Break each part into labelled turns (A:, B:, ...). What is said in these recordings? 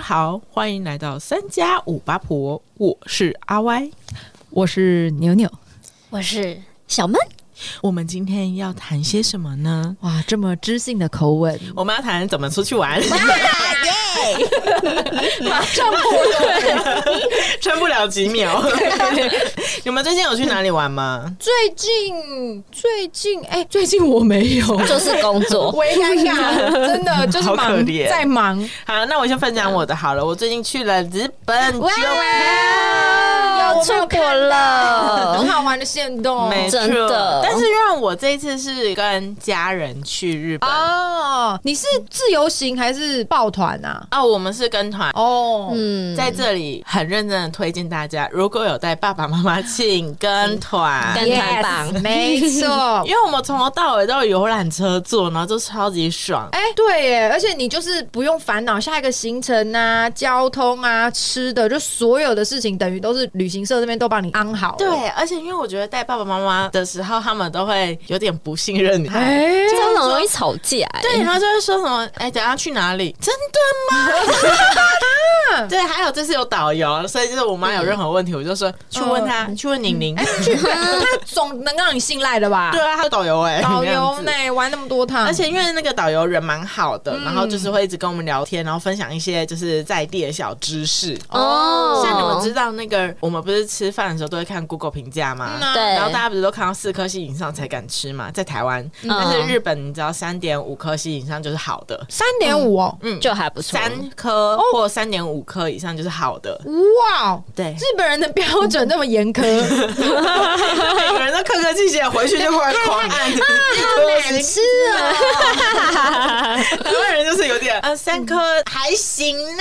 A: 好，欢迎来到三加五八婆，我是阿歪。
B: 我是牛牛。
C: 我是小闷，
A: 我们今天要谈些什么呢？
B: 哇，这么知性的口吻，
A: 我们要谈怎么出去 玩，
B: 马上破队。
A: 撑不了几秒。 你们最近有去哪里玩吗？
B: 最近，最近，哎、最近我没 有，
C: 就是工 作。
B: 微尴尬，真 的就是
A: 好可
B: 忙
A: 怜，
B: 在忙。
A: 好，那我先分享我的好了。我最近去了日本，就
C: 要出国了
B: 很，好玩的线动，
A: 没错
C: 真的
A: 但是因为我这一次是跟家人去日本，哦，
B: 哦，你是自由行还是抱团啊？
A: 哦我们是跟团。
B: 哦，
C: 嗯，
A: 在这里很认真的推荐大家，如果有带爸爸妈妈，请跟团。
C: 跟团棒
B: 没错
A: 因。为我们从头到尾都有游览车坐，然后就超级爽。
B: 哎、对耶，而且你就是不用烦恼下一个行程啊、交通啊、吃的，就所有的事情，等于都是旅行社这边都帮你安好了。
A: 对，而且因为我觉得带爸爸妈妈的时候，他们都会有点不信任你。
B: 哎、
C: 这样很容易吵架、欸。
A: 对，然后就会说什么，哎、等一下去哪里？真的 吗？对，还有这次有导游，所以就是我妈有任何问题，我就说去问她，嗯哎去问宁宁。
B: 他总能让你信赖的吧？
A: 对，啊，她有导游哎、
B: 导
A: 这样
B: 游
A: 子
B: 呢玩那么多 趟，
A: 而且因为那个导游人蛮好的，然后就是会一直跟我们聊天，然后分享一些就是在地的小知识。
C: 哦
A: 像你们知道那个，我们不是吃饭的时候都会看 Google 评价吗？
B: 那
C: 对
A: 然后大家不是都看到四颗星以上才敢吃嘛，在台湾，
C: 嗯
A: 但是日本你知道三点五颗星以上就是好的，
B: 三点五哦，
A: 嗯，
C: 就还不错。
A: 三颗或三点五颗以上就是好的，
B: 哇哦，
A: 对，
B: 日本人的标准那么严 苛，
A: 每个人都客客气气，回去就会狂按， 啊好难吃 哦。台湾人就是有点呃三颗还行呐的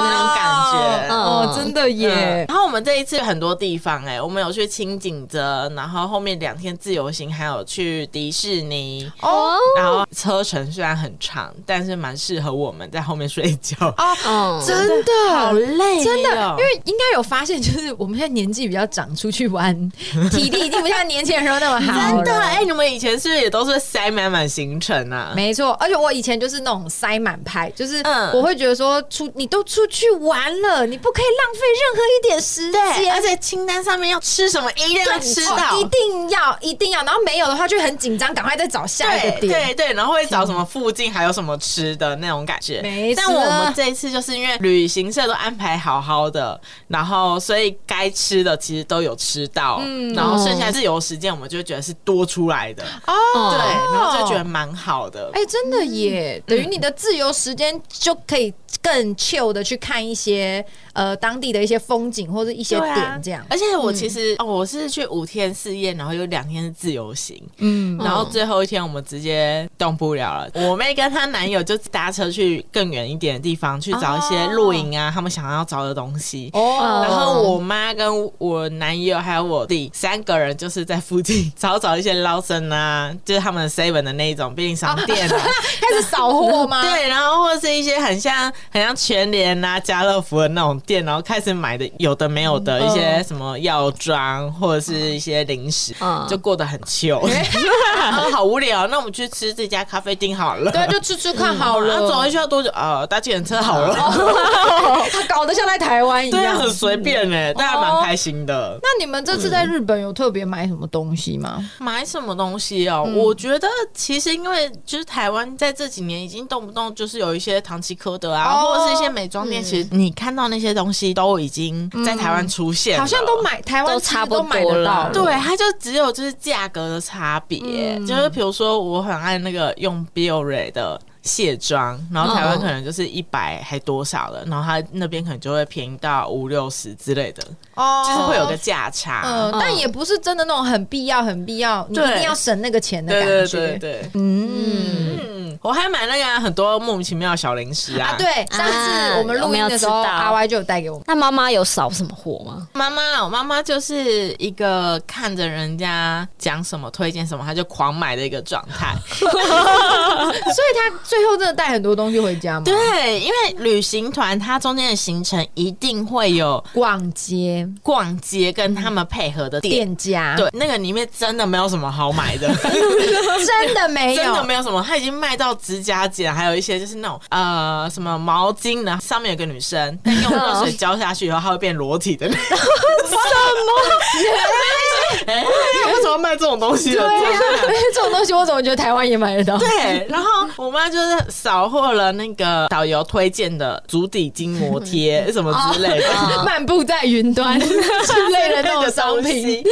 A: 那种感觉。
B: 哦，真的
A: 嗯
B: 耶，
A: 然后我们这一次很多地方哎、我们有去清景泽，然后后面两天自由行，还有去迪士尼。
B: 哦
A: 然后车程虽然很长，但是蛮适合我们在后面睡 觉。
C: 嗯，
B: 哦真的
A: 好累、
B: 真的，因为应该有发现，就是我们现在年纪比较长，出去 玩体力已经不像年轻的时候那么好
A: 真
B: 了
A: 的哎、你们以前是不是也都是塞满满行程啊？
B: 没错，而且我以前就是那种塞满拍，就是
A: 嗯
B: 我会觉得说出你都出去玩了，你不可以浪费任何一点时
A: 对，
B: 间，
A: 而且清单上面要吃什么一定要吃到
B: 哦一。定要一定要，然后没有的话就很紧张，赶快再找下一
A: 对
B: 个点。
A: 对对，然后会找什么附近还有什么吃的那种感觉。
B: 没错
A: 但我们这一次就是因为旅行社都安排好好的，然后所以该吃的其实都有吃到，
B: 嗯
A: 然后剩下自由时间我们就觉得是多出来的，
C: 嗯
B: 哦，
A: 对，然后就觉得蛮好的。
B: 哎、真的耶，
A: 嗯
B: 等于你的自由时间就可以更 chill 的去看一些呃当地的一些风景或者一些
A: 对啊
B: 点这样。嗯
A: 而且我其实、哦，我是去五天四夜，然后有两天是自由行，
B: 嗯，
A: 然后最后一天我们直接动不了了。我妹跟她男友就搭车去更远一点的地方去找一些露营啊，他们想要找的东西。
B: 哦，
A: 然后我妈跟我男友还有我弟三个人就是在附近 找找一些捞生啊，就是他们的 seven 的那一种便利商店
B: 哦
A: 啊，
B: 开始扫货吗？
A: 对，然后或是一些很像很像全联啊、家乐福的那种店，然后开始买的有的没有的
B: 嗯
A: 一些什么药妆或者是一些零食，
C: 嗯
A: 就过得很 糗，然后好无聊。那我们去吃这家咖啡厅好了。
B: 对，就吃吃看好哦
A: 然后
B: 了。
A: 走一圈要多久？呃，搭计程车好了。
B: 他搞得像在台湾 一
A: 对啊，
B: 样哦
A: 很。随便哎、大家蛮开心的。
B: 那你们这次在日本有特别买什么东西吗？
A: 买什么东西哦？
B: 嗯
A: 我觉得其实因为就是台湾在这几年已经动不动就是有一些唐吉诃德啊，
B: 哦
A: 或者是一些美妆店，其实你看到那些东西都已经在台湾出现了，
B: 好像都。买台湾
C: 都
B: 其实
C: 差不
B: 都买得
C: 多
B: 到
C: 啦
B: 了。嗯
A: 对，它就只有就是价格的差别，就是比如说我很爱那个用 Biore 的卸妆，然后台湾可能就是
B: 嗯
A: 一百还多少的，然后它那边可能就会便宜到五六十之类的，
B: 哦，
A: 就是会有个价差。
B: 嗯，但也不是真的那种很必要、很必要，你一
A: 对
B: 定要省那个钱的
A: 对
B: 感
A: 对
B: 觉。
A: 对对。
B: 嗯。
A: 嗯，我还买那个啊、很多莫名其妙的小零食啊。
B: 啊，，对，上次我们录音的时候，
C: 我没有吃到
B: 阿 Y 就有带给我们。
C: 那妈妈有少什么货吗？
A: 妈妈，我妈妈就是一个看着人家讲什么推荐什么，她就狂买的一个状 态。
B: 所以他最后真的带很多东西回家嘛。，
A: 对，因为旅行团它中间的行程一定会有
B: 逛街、
A: 逛街跟他们配合的店。
B: 店家，
A: 对，那个里面真的没有什么好买的，
B: 真的没有，
A: 真的没有什么，它已经卖到到指甲剪，还有一些就是那种呃什么毛巾，然后上面有个女 生，但用热水浇下去以后，它会变裸体的那种。 什
B: 啊
A: 么？哎，为什么要卖这种东西
B: 对
A: 呢？
B: 呀、而且 这种东西我怎么觉得台湾也买得到？
A: 对，然后我妈就是扫获了那个导游推荐的足底筋膜 贴什么之类
B: 哦
A: 的。
B: 漫步在云 端之类哦的那种商
A: 之类的
B: 品。
A: 东西，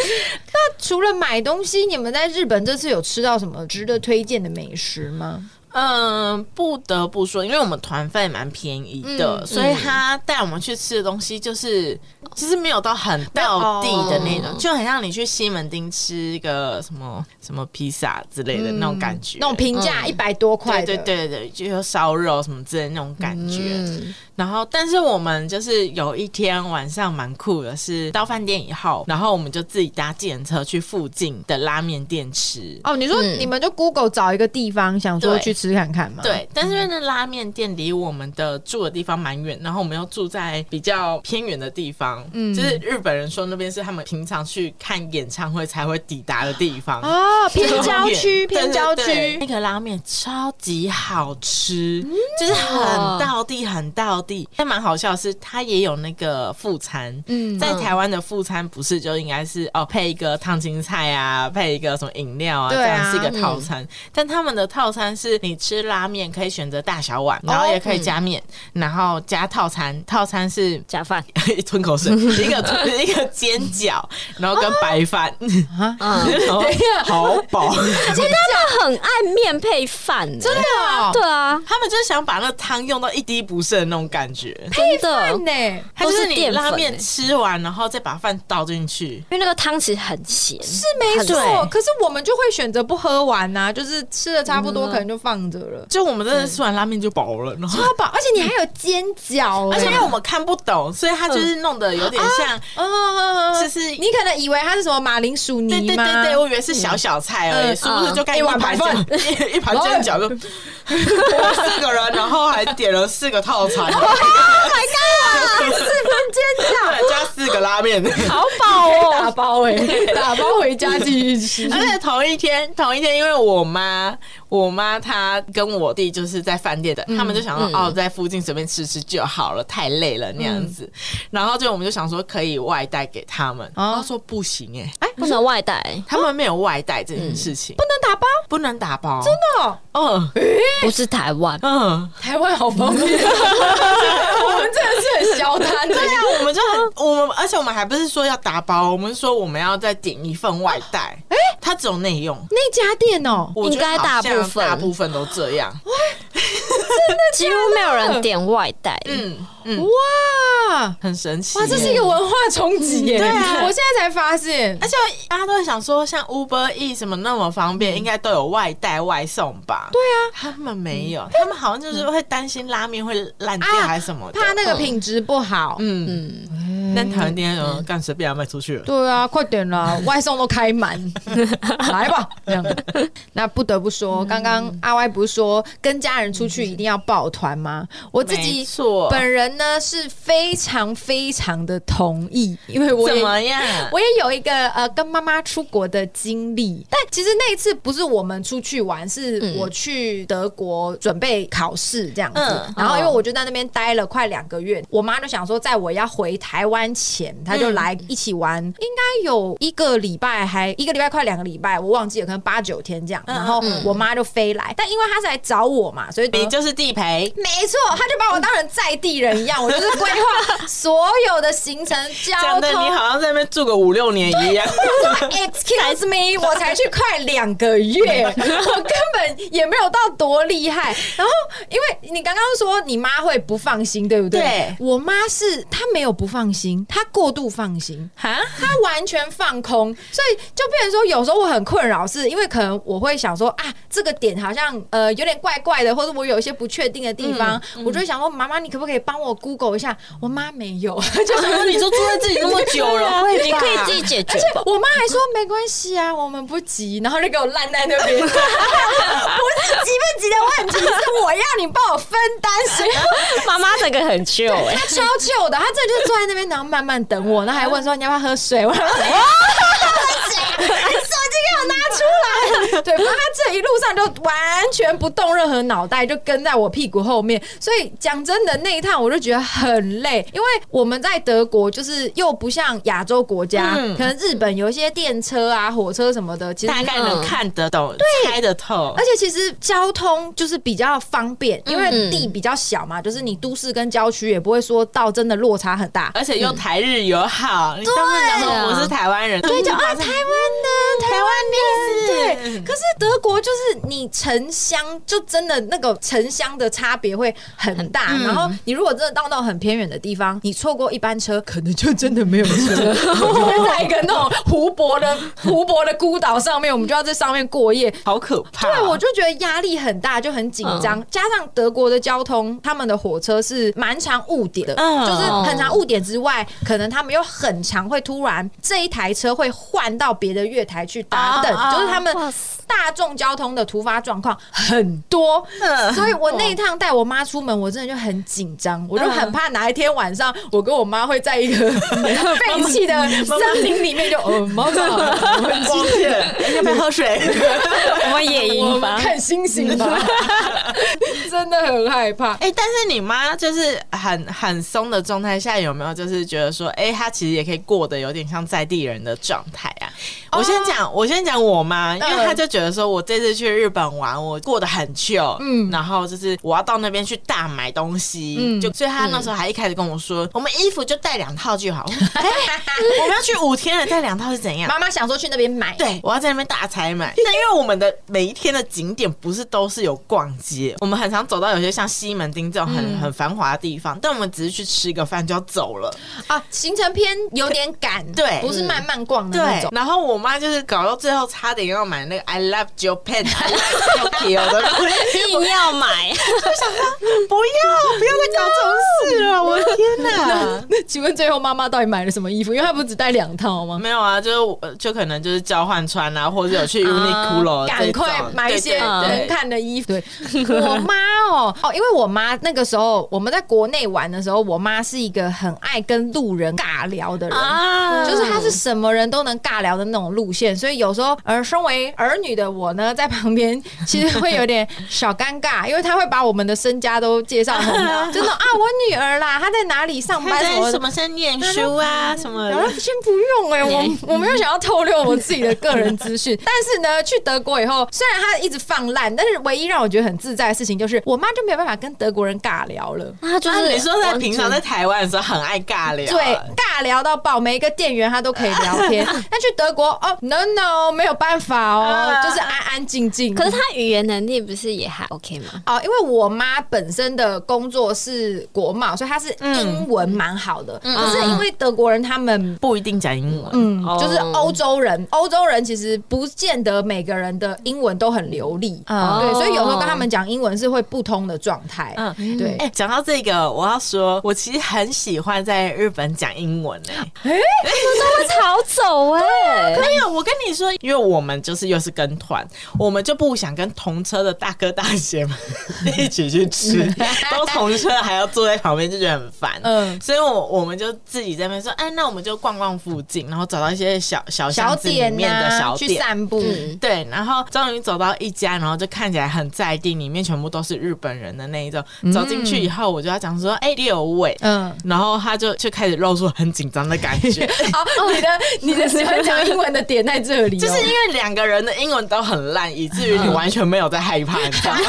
B: 那除了买东西，你们在日本这次有吃到什么值得推荐的美食吗？
A: 嗯，不得不说，因为我们团费蛮便宜的，
B: 嗯
A: 所以他带我们去吃的东西就是，其实没有到很到地的那
B: 嗯
A: 种，
C: 哦
A: 就很像你去西门町吃一个什么什么披萨之类的、那种感觉，
B: 那种平价
C: 嗯
B: 一百多块
A: 对
B: 的，
A: 对对对，就有烧肉什么之类的那种感觉。
C: 嗯
A: 然后，但是我们就是有一天晚上蛮酷的是，到饭店以后，然后我们就自己搭计程车去附近的拉面店吃。
B: 哦，你说
C: 嗯
B: 你们就 Google 找一个地方，想说
A: 对
B: 去吃看看嘛？，嗯
A: 对，但是因为那拉面店离我们的住的地方蛮远，然后我们又住在比较偏远的地方，
B: 嗯
A: 就是日本人说那边是他们平常去看演唱会才会抵达的地方。
B: 啊，偏郊
A: 对
B: 区，
A: 对
B: 偏郊
A: 对对
B: 区
A: 那。个拉面超级好吃，
B: 嗯
A: 就是很到地，很到地。但蛮好笑的是，它也有那个副餐。
B: 嗯，
A: 在台湾的副餐不是就应该是哦配一个烫青菜啊，配一个什么饮料啊，
B: 对
A: 这
B: 啊
A: 样是一个套餐。但他们的套餐是你吃拉面可以选择大小
B: 哦
A: 碗，然后也可以加面，
B: 嗯
A: 然后加套餐。套餐是
C: 假饭，
A: 吞口 水，一个一个煎饺，然后跟白
B: 啊
A: 饭，
C: 嗯，
A: 然后好饱。
C: 他很爱面配饭欸，真的，
B: 哦
C: 对啊，
A: 他们就是想把那汤用到一滴不剩的那种感觉。
C: 真的，因
B: 呢、
A: 它就是
C: 都是
A: 你
C: 淀粉
A: 拉
C: 欸
A: 面吃完，然后再把饭倒进去。
C: 为那个汤其实很咸，
B: 是没错，
A: 对
B: 可是我们就会选择不喝完呐、就是吃的差不多，可能就放着了。
A: 就我们真的吃完拉面就饱了，然后
B: 妈宝，而且你还有煎饺、
A: 而且因
B: 哎
A: 为我们看不懂，所以它就是弄得有点像，
B: 嗯嗯嗯嗯
A: 就是
B: 你可能以为它是什么马铃薯泥
A: 对
B: 吗？
A: 对对对，我以为是小小菜而
B: 嗯
A: 已，是不是就该
B: 一碗
A: 盘
B: 白饭
A: 煎 一一盘煎饺就我们四个人，然后还点了四个套餐，
B: 煎饺
A: 对加四个拉面。
B: 好饱哦，打包
C: 欸
B: 哎、打包回家 继续吃。
A: 而且同一天，同一天，因为我妈，我妈她跟我弟就是在饭店的，他们就想说、
C: 嗯
A: 哦，在附近随便吃吃就好了，太累了那样子。然后就我们就想说可以外带给他们，
B: 哦
A: 然后说不行哎、
C: 不能外带，
A: 他们没有外带这件事情，
B: 不能打包
A: 不能打包，真的，
B: 哦，
A: 嗯
C: 不是台湾，
A: 嗯。
B: 台湾好方便，我们真的是很消摊的。
A: 对啊，我们就很我们，而且我们还不是说要打包，我们说我们要再点一份外带。哎、它只有内用，
B: 那家店哦，
A: 我觉得
C: 应该大
A: 好像
C: 部分
A: 大部分都这样。
C: 几乎没有人点外带，
A: 嗯嗯，
B: 哇
A: 很神奇耶。
B: 哇，这是一个文化冲击耶！
A: 对啊哎
B: 我现在才发现
A: 而。且大家都会想说，像 Uber E 什么那么方
B: 嗯
A: 便，应该都有外带外送吧？对啊，他们没有，他们好像就是会担心拉面会烂掉
B: 嗯啊
A: 还是什么的。
B: 怕那个品质不好，
A: 嗯，
C: 嗯，
A: 但台湾店有干随便要卖出去了。
B: 嗯对啊，快点啦，外送都开 满，来吧，这样。那不得不
A: 嗯
B: 说，刚刚阿 Y 不是说跟家人出去一定要抱团吗？我自己
A: 没错
B: 本人呢是非常非常的同意，因为我
A: 怎
B: 也
A: 么样？
B: 我也有一个呃跟妈妈出国的经历，但其实那一次不是我们出去玩，是
C: 嗯
B: 我去德国准备考试这样子。
A: 嗯
B: 然后因为
C: 哦
B: 我就在那边待了快两个月，我妈就想说，在我要回台湾前，她
A: 嗯
B: 就来一起玩，应该有一个礼拜还，一个礼拜快两个礼拜，我忘记了，可能八九天这样。
A: 嗯
B: 然后我妈就飞来，但因为她是来找我嘛，所以
A: 你就是地陪，
B: 没错，他就把我当成在地人一样，我就是规划所有的行程、交
A: 讲的
B: 通、
A: 你好像在那边住个五六年一样。
B: 我说 Excuse me，我 才去快两个月，我根本也没有到多厉害。然后，因为你刚刚说你妈会不放心，对不对？
A: 对
B: 我妈是她没有不放心，她过度放心，
A: 哈，
B: 她完全放空，所以就变成说，有时候我很困扰，是因为可能我会想说啊，这个点好像呃有点怪怪的，或者我有一些不确定的地方，我就会想说，妈妈，你可不可以帮我 Google 一下？我妈没有， 就
A: 想说你都住在自己那么久了，会吧
C: 你可以自己解决
B: 而且
C: 吧。
B: 我妈还说没关系啊，我们不急，然后就给我烂在那边。 不是急不急的问题，是我要你帮我分担，谁要
C: 妈妈整个很 chill 哎、
B: 她超旧的，她真的就是坐在那边，然后慢慢等我，然后还哦问说你要不要喝水，我说。哎水你手机给我拿出来！对，反正他这一路上就完全不动任何脑袋，就跟在我屁股后面。所以讲真的，那一趟我就觉得很累，因为我们在德国就是又不像亚洲国家，
A: 嗯
B: 可能日本有一些电车啊、火车什么的，其实
A: 大概能看得懂、猜得透
B: 而。且其实交通就是比较方便，因为
C: 嗯
B: 地比较小嘛，就是你都市跟郊区也不会说到真的落差很大。
A: 而且又台日友好，你当时讲说我是台湾人，
B: 嗯啊对，就啊，台湾
A: 台
B: 的台
A: 湾
B: 湾，
A: 历史，
B: 可是德国就是你城乡就真的那个城乡的差别会很嗯大，然后你如果真的到那种很偏远的地方，你错过一班车，可能就真的没有车，就 在一个那种湖泊的湖泊的孤岛上面，我们就要在上面过夜，
A: 好可怕。嗯
B: 对，我就觉得压力很大，就很紧张。加上德国的交通，他们的火车是蛮常误点的，
A: 嗯
B: 就是很常误点之外，可能他们又很常会突然这一台车会换到别的月台去搭
A: 啊
B: 等，
A: 啊
B: 就是他们
C: 哇塞
B: 大众交通的突发状况很多。
A: 嗯
B: 所以我那一趟带我妈出门，我真的就很紧张，我就很怕哪一天晚上我跟我妈会在 一个 废弃的森林里面就哦，猫长
A: 抱歉， 要不要喝水？
C: 我们野
B: 我
C: 营
B: 们
C: 吧，
B: 看星星 吧，真的很害怕。
A: 哎、但是你妈就是很很松的状态下，有没有就是觉得说，哎、她其实也可以过得有点像在地人的状态啊？
B: 哦
A: 我先讲，我先讲我妈，
B: 嗯
A: 因为她就觉得说我这次去日本玩，我过得很 chill，
B: 嗯
A: 嗯，然后就是我要到那边去大买东西，
B: 嗯
A: 就所以她那时候还一开始跟我说，我们衣服就带两套就好， 我说哎、我们要去五天了，带两套是怎样？
B: 妈妈想说去那边买，
A: 对，我要在那边大采买。 但因为我们的每一天的景点不是都是有逛街，我们很常走到有些像西门町这种很、很繁华的地方，但我们只是去吃个饭就要走了。
B: 啊，行程偏有点赶，
A: 对
B: 不是慢慢逛的那
A: 对
B: 种，。
A: 然后我妈就是搞到最后差点要买那个 I love Japan I love Tokyo 的东西，
C: 硬要买，
A: 不要不要再搞这种事了，我的天 哪！
B: 那请问最后妈妈到底买了什么衣服？因为她不是只带两套吗？
A: 没有啊，就是我就可能就是交换穿啊，或者有去 Uniqlo，啊
B: 啊赶、
A: 这种
B: 快买一
A: 对
B: 些
A: 对对
B: 能看的衣服。对，我妈哦哦，因为我妈那个时候我们在国内玩的时候，我妈是一个很爱跟路人尬聊的人。
C: 啊
B: 就是她是什么人都能尬聊的那种路线，所以有时候，呃，身为儿女的我呢，在旁边其实会有点小尴尬，因为她会把我们的身家都介绍很好， 就说啊，我女儿啦，她在哪里上
A: 她
B: 班什么
A: 在
B: 的
A: 什么山念书 啊，什么
B: 然后先不用哎、
C: 对
B: 我我没有想要透露我自己的个人资讯，但是呢，去德国以后，虽然他一直放烂，但是唯一让我觉得很自在的事情就是，我妈就没有办法跟德国人尬聊了。
C: 他就
A: 啊，
C: 是
A: 你说在
C: 完
A: 平
C: 全
A: 常在台湾的时候很爱尬聊，啊
B: 对，尬聊到爆，每一个店员他都可以聊天。但去德国哦，no no，没有办法哦，
A: 啊
B: 就是安安静静。
C: 可是他语言能力不是也还 OK 吗？
B: 哦，因为我妈本身的工作是国贸，所以她是英文蛮好的。可是因为德国人他们
A: 不一定讲英文，
B: 嗯，
C: 哦
B: 就是欧洲人，欧洲人其实不见得每个人的英文都很流利，
A: 嗯
B: 对，所以有时候跟他们讲英文是会不通的状态。
A: 嗯。
B: 对，
A: 哎、讲到这个，我要说，我其实很喜欢在日本讲英文诶、
C: 他逃走哎、
A: 没有，我跟你说，因为我们就是又是跟团，我们就不想跟同车的大哥大姐们 一起去吃，都同车还要坐在旁边，就觉得很烦。
B: 嗯
A: 嗯，所以我我们就自己在那边说，哎、那我们就逛逛附近，然后找到一些小小
B: 小
A: 巷子里
B: 点啊
A: 面的
B: 呐、
A: 小
B: 去
A: 店，
B: 散步，
C: 嗯
A: 对，然后终于走到一家，然后就看起来很在地，里面全部都是日本人的那一种。走进去以后，我就要讲说：“哎、六位。
B: 嗯。
A: 然后他就就开始露出很紧张的感 觉，
B: 好，哦你的你的喜欢讲英文的点在这里哦、
A: 就是因为两个人的英文都很烂，以至于你完全没有在害怕，你 知道吗？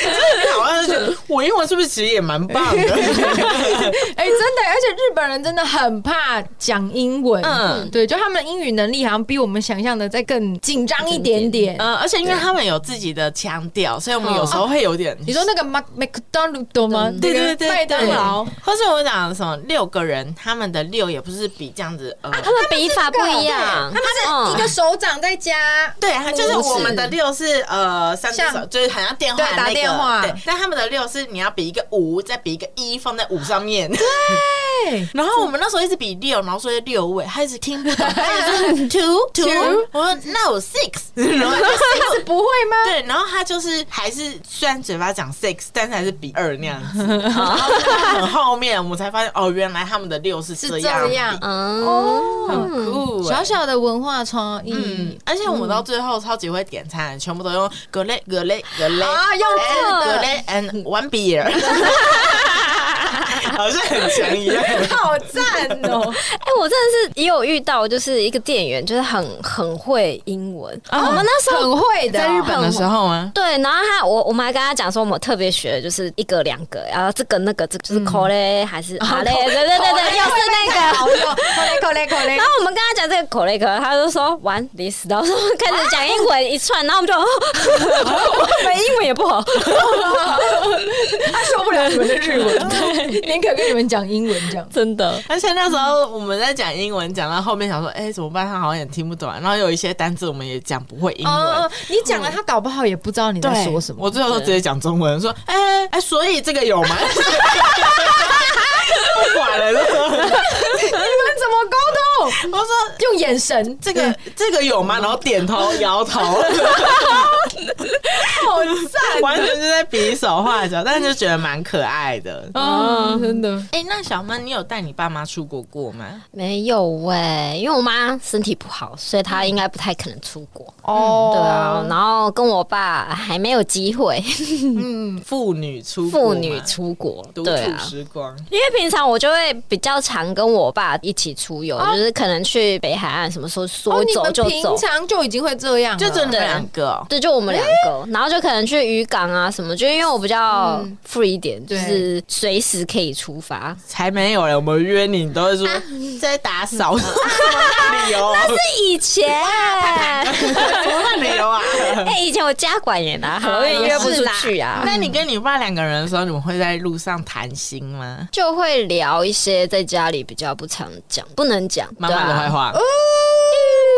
A: 就是你好像就觉得我英文是不是其实也蛮棒 的？
B: 哎、真的，而且日本人真的很怕讲英文，嗯，
A: 嗯
B: 对，就他们的英语能力好像比我们想象的再更紧张一点点。
A: 嗯，而且因为他们有自己的腔调，所以我们有时候会有点
B: 你说那个麦麦当劳多吗？
A: 对对对对，
B: 麦当劳。
A: 或是我讲什么六个人，他们的六也不是比这样子呃。
C: 他们笔法不一样，嗯
B: 他是一个手掌在加，
A: 对，他就是
C: 拇指
A: 我们的六是呃三只手，
B: 像
A: 就是好像电话
B: 对
A: 那个
B: 打电话
A: 对，但他们的六是你要比一个五，再比一个一放在五上面。
B: 对，
A: 然后我们那时候一直比六，然后说是六位，他一直听不懂，他一直说 two two，我说 no six，然后 他就 six
B: 是不会吗？
A: 对，然后他就是还是虽然嘴巴讲 six，但是还是比二那样子。然后很后面我们才发现，哦，原来他们的六是
B: 是
A: 这
B: 这
A: 样比，
B: 样
C: 嗯，
A: 很酷
B: 小小小的文化创意。
A: 嗯，而且我们到最后超级会点餐，全部都用 g o l e g o l e g o l e
B: 啊用
A: and
B: 这
A: g o l e and one beer，好像很强一样。
B: 好赞哦！
C: 哎、我真的是也有遇到，就是一个店员，就是很很会英文。我们那时候
B: 很会的哦
A: 在日本的时候吗？
C: 对，然后他我我们还跟他讲说，我们特别学的就是一个两个，然后这个那个这个就是 c o l e 还是啊嘞，对对对对，又是那个。
B: 好用 c o l e c o l e c o l e
C: 然后我们跟他讲这个 c o l e 他就说完 this，然后说开始讲英文一串，然后我们就， 我们英文也不好，
B: 他受不了你们的日文，对， 宁可跟你们讲英文这样。
C: 真的。
A: 而且那时候我们在讲英文，讲到后面想说，哎、怎么办？他好像也听不懂啊、然后有一些单字我们也讲不会英文。
B: 哦，你讲了，他搞不好也不知道你在
A: 对，
B: 说什么。
A: 我最后都直接讲中文，说，哎、哎、所以这个有 吗？不管了，
B: 你们怎么沟通？
A: 我说
B: 用眼神，
A: 这个嗯这个有吗？然后点头摇 头，
B: 好赞
A: 完全就在比手画脚，但是就觉得蛮可爱的。
B: 哦，真的。
A: 哎、那小曼，你有带你爸妈出国过吗？
C: 没有喂、因为我妈身体不好，所以她应该不太可能出国。
B: 哦
C: 对啊，，然后跟我爸还没有机会
B: 嗯，
A: 妇女出国
C: 妇
A: 嘛
C: 女出国，
A: 独
C: 对
A: 处
C: 啊。
A: 时光，
C: 因为平常我就会比较常跟我爸一起出游，就是可能去北海岸，什么时候
B: 哦，
C: 说
B: 你
C: 走
B: 们
C: 就走
B: 平，常就已经会这样了，
A: 就只有你们
C: 对啊
A: 两个哦、
C: 对，就我们两个，然后就可能去渔港啊什么，就因为我比较 free 一点，就
B: 对
C: 是随时可以出发。
A: 才没有嘞！我们约你，你都会说在打扫，什么理由 啊？
C: 啊嗯是以前，哎、
A: 什么理由啊？
C: 以前我家管严啊，我也约不出去啊。
A: 那你跟你爸两个人的时候，你们会在路上谈心吗？
C: 就会聊一些在家里比较不常讲、不能讲
A: 妈妈的坏，
C: 对 啊
A: 话，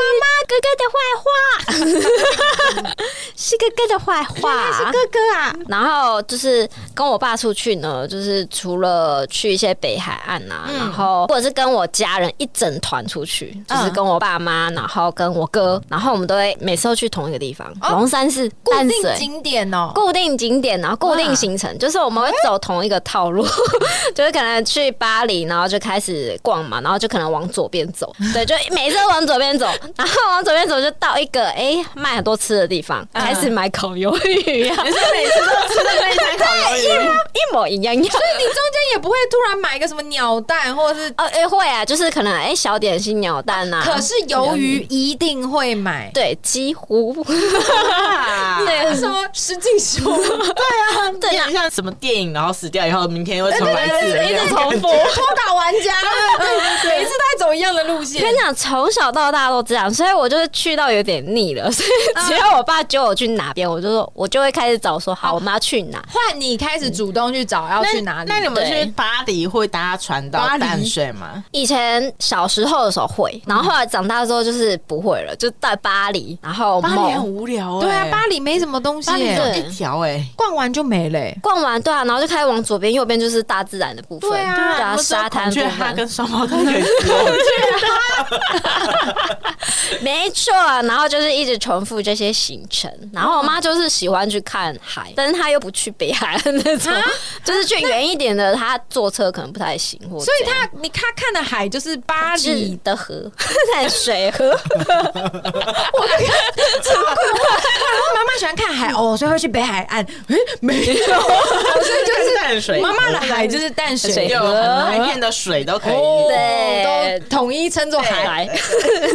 C: 妈妈哥哥的坏话， 是哥哥的坏话。
B: 哥哥啊，
C: 然后就是跟我爸出去呢，就是除了去一些北海岸啊，然后或者是跟我家人一整团出去，就是跟我爸妈，然后跟我哥，然后我们都会每次都去同一个地方，龙山寺、
B: 固
C: 淡
B: 定
C: 水。
B: 景点哦，
C: 固定景点，然后固定行程，就是我们会走同一个套路， 就是可能去巴黎，然后就开始逛嘛，然后就可能往左边 走，对，就每次都往左边走，然后往左边走就到一个哎、卖很多吃的地方，开始买烤鱿鱼啊，
A: 嗯 你是每次都吃的那一餐烤鱿鱼，
C: 一模一样样。
B: 所以你中间也不会突然买一个什么鸟蛋，或者是，
C: 呃，哎会啊，就是可能哎、小点心鸟蛋啊，
B: 可是鱿鱼一定会买。
C: 对，几乎
A: 对
C: 对
B: 什么石敬秀？
A: 啊，对啊，像什么电影，然后死掉以后，明天又重来一次，
B: 一直重复，偷打玩家， 每次都在走一样的路线
C: 跟。你讲，从小到大都这样，所以我就是去到有点腻了。所
A: 嗯
C: 以只要我爸揪我去哪边，我就说，我就会开始找说，好，我们要去哪？
B: 换你开始主动去找要去哪里？
A: 那你们去
C: 对
A: 巴黎会搭船到
B: 巴黎
A: 淡水吗？
C: 以前小时候的时候会，然后后来长大之后就是不会了，就在巴黎，然后
A: 巴黎很
C: 梦
A: 无聊哎，
B: 对啊，巴黎没什么东西
A: 巴黎
B: 耶，
A: 就
C: 对
A: 一条哎，
B: 逛完就没了耶。欸
C: 逛完，对啊，然后就开始往左边、右边就是大自然的部分，
B: 对啊
C: 对啊，
A: 我知道
C: 沙滩
A: 孔
C: 部
A: 雀哈
C: 分，
A: 跟双胞胎可以吃哦
C: 没错。然后就是一直重复这些行程，然后我
A: 嗯
C: 妈就是喜欢去看海，但是她又不去北海岸那种，
A: 啊
C: 就是去远一点的，她坐车可能不太行，或
B: 所以
C: 怎样
B: 他你他看的海就是巴
C: 是
B: 黎，
C: 的河， 在水河，
B: 然后妈妈喜欢看海哦，所以会去北海岸。诶，没有，所以就 是
A: 淡水
B: 妈妈的海就是淡水
C: 水
A: 有
B: 河，
A: 海片的水都可以。
B: 哦
C: 对
B: 都统一称作海
C: 来。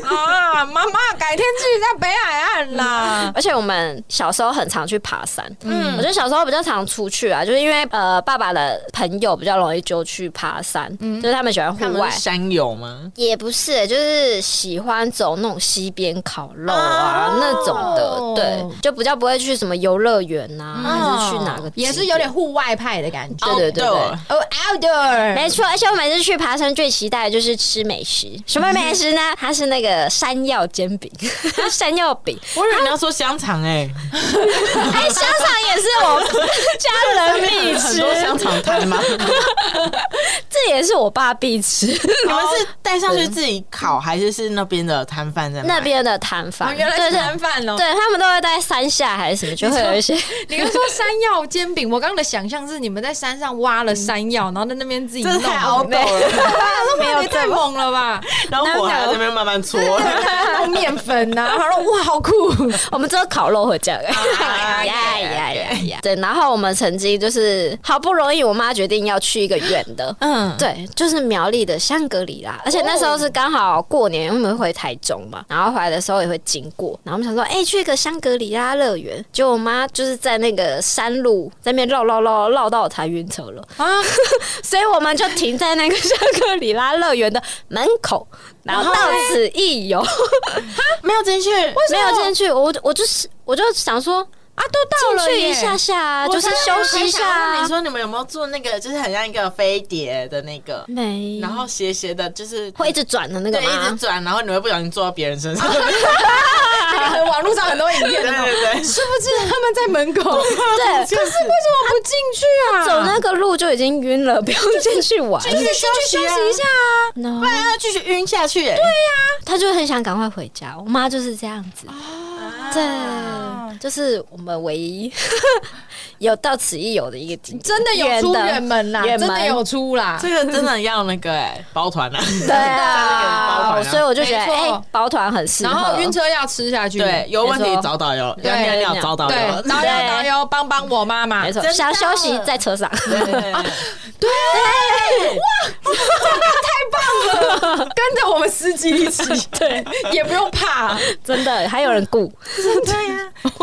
B: 啊！妈妈，改天去一下北海岸 啦。
C: 而且我们小时候很常去爬山，嗯，我觉得小时候比较常出去啊，就是因为呃，爸爸的朋友比较容易就去爬山，就是他们喜欢
A: 他
C: 户
A: 们
C: 外
A: 是。山友吗？
C: 也不是、就是喜欢走那种西边烤肉啊、
A: 哦
C: 那种的，对，就比较不会去什么游乐园啊，还是去哪个景
B: 哦
C: 点
B: 也是有点户外派的感觉。
C: 对对对对
A: Outdoor
B: 哦，outdoor，
C: 没错，而且我每次去爬山最期待的就是吃美食。什么美食呢？它是那个山药煎饼，山药饼。
A: 我以为你要说香肠哎，
C: 哎、香肠也是我家人必
A: 很
C: 吃，
A: 多香肠摊 吗？
C: 这也是我爸必吃。
A: 你们是带上去自己烤，还是是那边的摊贩在卖
C: 那？边的摊
B: 哦
C: 贩，
B: 原来
C: 对
B: 是
C: 对
B: 摊贩哦。
C: 对，他们都会在山下还是什么去就会有一些
B: 你刚说山药煎饼，我刚刚的想象是你们在山上挖了山药，然后在那边自己
A: 这
B: 弄。
A: 太凹
C: 没
A: 斗 了。
B: 没有太猛了吧？
A: 然后我还要在那边慢慢搓。
B: 弄面粉呐、他说哇，好酷！
C: 我们只有烤肉和酱。
A: 啊
C: 呀呀呀呀！对，然后我们曾经就是好不容易，我妈决定要去一个远的，
A: 嗯，
C: 对，就是苗栗的香格里拉，而且那时候是刚好过年，因为我们回台中嘛，然后回来的时候也会经过，然后我们想说，哎、去一个香格里拉乐园，结果我妈就是在那个山路在那边绕绕绕绕到我才晕车了，
B: 啊，
C: 所以我们就停在那个香格里拉乐园的门口，然后到此一游，
A: 没有进去，
C: 没有进去，我我就是我就想说。啊，都
B: 到了
C: 进去
B: 耶
C: 一下下啊，就是休息一下
A: 我刚刚还想问你
C: 啊。
A: 说你们有没有做那个，就是很像一个飞碟的那个，
C: 没，
A: 然后斜斜的，就是
C: 嗯会一直转的那个
A: 对一直
C: 吗？
A: 转，然后你会不小心坐到别人 身上。
B: 网络上很多影片
A: 对
B: 那种，
A: 对对，
B: 是不是他们在门口？为什
C: 对，
A: 就是
B: 么不进去啊？
C: 走那个路就已经晕了，不用进去玩。
A: 去休
B: 休息一下，啊！
C: no，
A: 不然要继续晕下去。对，
C: 他就很想赶快回家。我妈就是这样子，
B: 啊
C: 对，就是我们唯一 有到此一游的一个景点，
B: 真的有出远门啊啦，
C: 远
B: 真
C: 门
B: 的有出啦。
A: 这个真的要那个哎，包团啊，
C: 对
A: 在那个包
C: 啊，
A: 团啊
C: 所以我就觉得，
B: 没错
C: 哎，包团很适合。
B: 然后晕车药吃下去，
A: 对，有问
C: 没
A: 题
C: 错
A: 找导游，
C: 对
A: 要尿尿找导
B: 对
A: 游，。
B: 导游导游帮帮我妈妈
C: 没，错，
A: 真的
C: 想休息在 车上，
A: 对对对
B: 跟着我们司机一起，对，也不用怕。
C: 真的还有人 顾。
A: 对呀、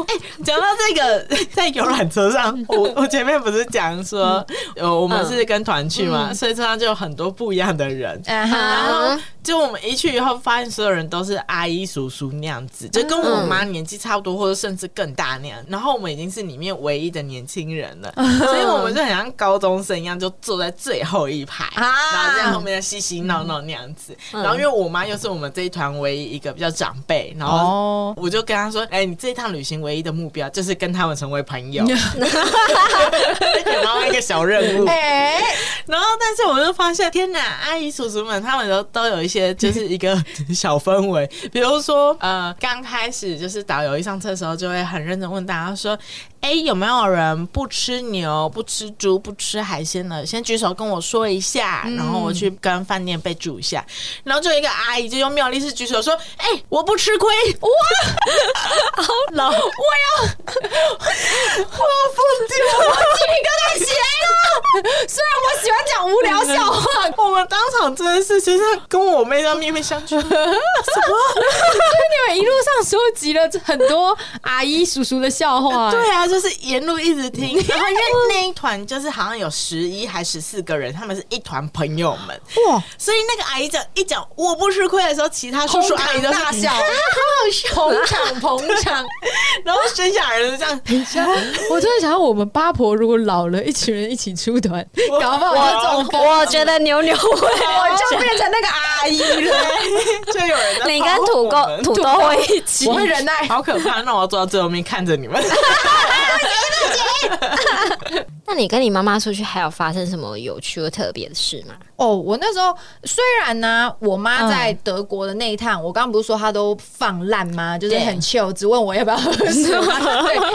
A: 哎，讲到这个， 在游览车上， 我我前面不是讲说，
C: 嗯
A: 呃，我们是跟团去嘛，所以车上就有很多不一样的人。
B: 啊哈，
A: 然后就我们一去以后，发现所有人都是阿姨、叔叔那样子，就跟
B: 嗯
A: 我妈年纪差不多，或者甚至更大那样。然后我们已经是里面唯一的年轻人了，
B: 嗯
A: 所以我们就很像高中生一样，就坐在最后一排，
B: 啊
A: 然后在后面嬉嬉闹闹那样子。
C: 嗯
A: 然后因为我妈又是我们这一团唯一一个比较长辈，然后
B: 哦，
A: 我就跟他说：“哎、你这一趟旅行唯一的目标就是跟他们成为朋 友， 然后一个小任务。
B: 哎，
A: 然后，但是我就发现，天哪，阿姨叔叔们他们都都有一些就是一个 小氛围，比如说，呃，刚开始就是导游一上车的时候，就会很认真问大家说：，哎，有没有人不吃牛、不吃猪、不吃海鲜的？先举手跟我说一下，然后我去跟饭店备注一下。然后就有一个阿姨就用妙力士举手说：，哎，我不吃亏，我
C: 老
B: 虽然我喜欢讲无聊笑话，
A: 我们当场真的是就是跟我妹这样面面相觑，
B: 因为你们一路上收集了很多阿姨叔叔的笑话，
A: 对啊，就是沿路一直听，然后因为那一团就是好像有十一还十四个人，他们是一团朋友们，
B: 哇，
A: 所以那个阿姨讲一讲我不吃亏的时候，其他叔叔阿姨都
B: 大
A: 是
B: 笑，好好笑，捧场捧场。
A: 然后剩下的人就这样，
B: 我真的想到，我们八婆如果老了，一群人一起出团，搞不好就中风，
C: 我觉得牛牛会，
B: 我就变成那个阿姨了。
A: 就有人在
C: 你
A: 保
C: 跟
A: 护
C: 土
A: 我
C: 狗
A: 们哎
C: 土豆会一起
B: 我。会忍耐。
A: 好可怕，那我要坐到最后面看着你们。
C: 那你跟你妈妈出去，还有发生什么有趣或特别的事吗？
B: 哦，我那时候虽然呢、我妈在德国的那一趟，我刚刚不是说她都放烂吗？就是
C: 对
B: 很 chill，只问我要不要喝水。对，但是呢，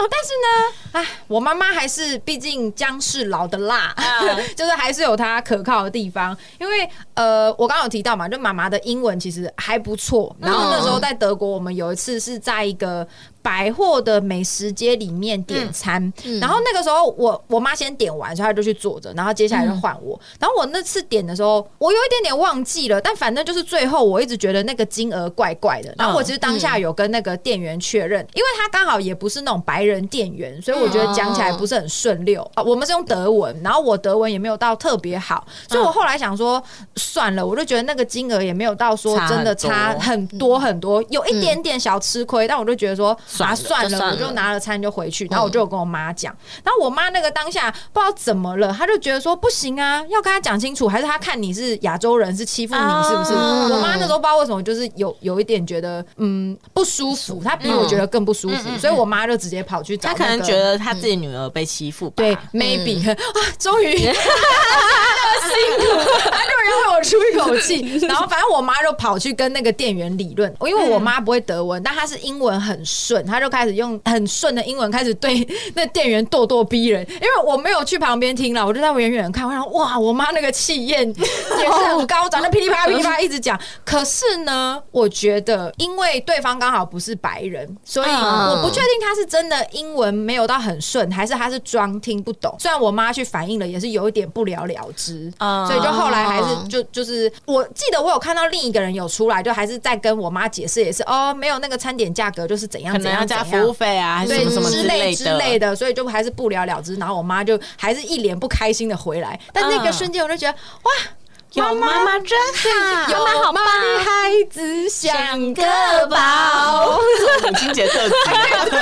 B: 哎，我妈妈还是毕竟姜是老的辣， 就是还是有她可靠的地方。因为呃，我刚刚有提到嘛，就妈妈的英文其实还不错。然后那时
A: 哦
B: 候在德国，我们有一次是在一个。百货的美食街里面点餐，
A: 嗯
B: 然后那个时候我我妈先点完，所以她就去坐着，然后接下来
A: 嗯
B: 就换我。然后我那次点的时候，我有一点点忘记了，但反正就是最后我一直觉得那个金额怪怪
A: 嗯
B: 的。然后我其实当下有跟那个店员确认，因为他刚好也不是那种白人店员，所以我觉得讲起来不是很顺溜
A: 嗯
B: 啊。我们是用德文，然后我德文也没有到特别好，所以
A: 嗯
B: 我后来想说算了，我就觉得那个金额也没有到说真的
A: 差
B: 差
A: 很多
B: 很多很多，有一点点小吃亏，但我就觉得说
A: 嗯算
B: 啊
A: 了嗯
B: 算
C: 就
B: 了，
C: 算
B: 我就
C: 了
B: 拿了餐就回去，然后我就有跟我妈讲，然后我妈那个当下不知道怎么了，她就觉得说不行啊，要跟她讲清楚，还是她看你是亚洲人是欺负
A: 啊
B: 你是不是？我妈那时候不知道为什么就是有有一点觉得嗯不舒服，她比我觉得更不
A: 嗯
B: 舒服，所以我妈就直接跑去找
A: 他
B: 那
A: 可
B: 个，
A: 能觉得他自己女儿被欺负吧，
B: 对 maybe 啊，终于辛苦，她终于让我出一口气。然后反正我妈就跑去跟那个店员理论，因为我妈不会德文，但她是英文很顺，他就开始用很顺的英文开始对那店员咄咄逼人，因为我没有去旁边听了，我就在远远看，我想哇，我妈那个气焰也是很高涨，那噼里啪啦噼里啪啦一直讲。可是呢，我觉得因为对方刚好不是白人，所以
C: 嗯
B: 我不确定他是真的英文没有到很顺，还是他是装听不懂。虽然我妈去反映了，也是有一点不了了之。
A: 嗯
B: 所以就后来还
C: 哦
B: 是就就是，我记得我有看到另一个人有出来，就还是在跟我妈解释，也是哦，没有那个餐点价格就是怎样
A: 可
B: 怎
A: 能要
B: 样
A: 加
B: 怎
A: 服务
B: 样。
A: 费啊，还是什
B: 嗯对
A: 么什么
B: 之类
A: 类
B: 之
A: 的。
B: 类的，所以就还是不了了之。然后我妈就还是一脸不开心的回来，但那个
A: 嗯
B: 瞬间我就觉得哇，
A: 有妈妈真好，
C: 有妈好棒，
B: 孩子像个
C: 宝。
A: 这是母亲节特辑， 对，我的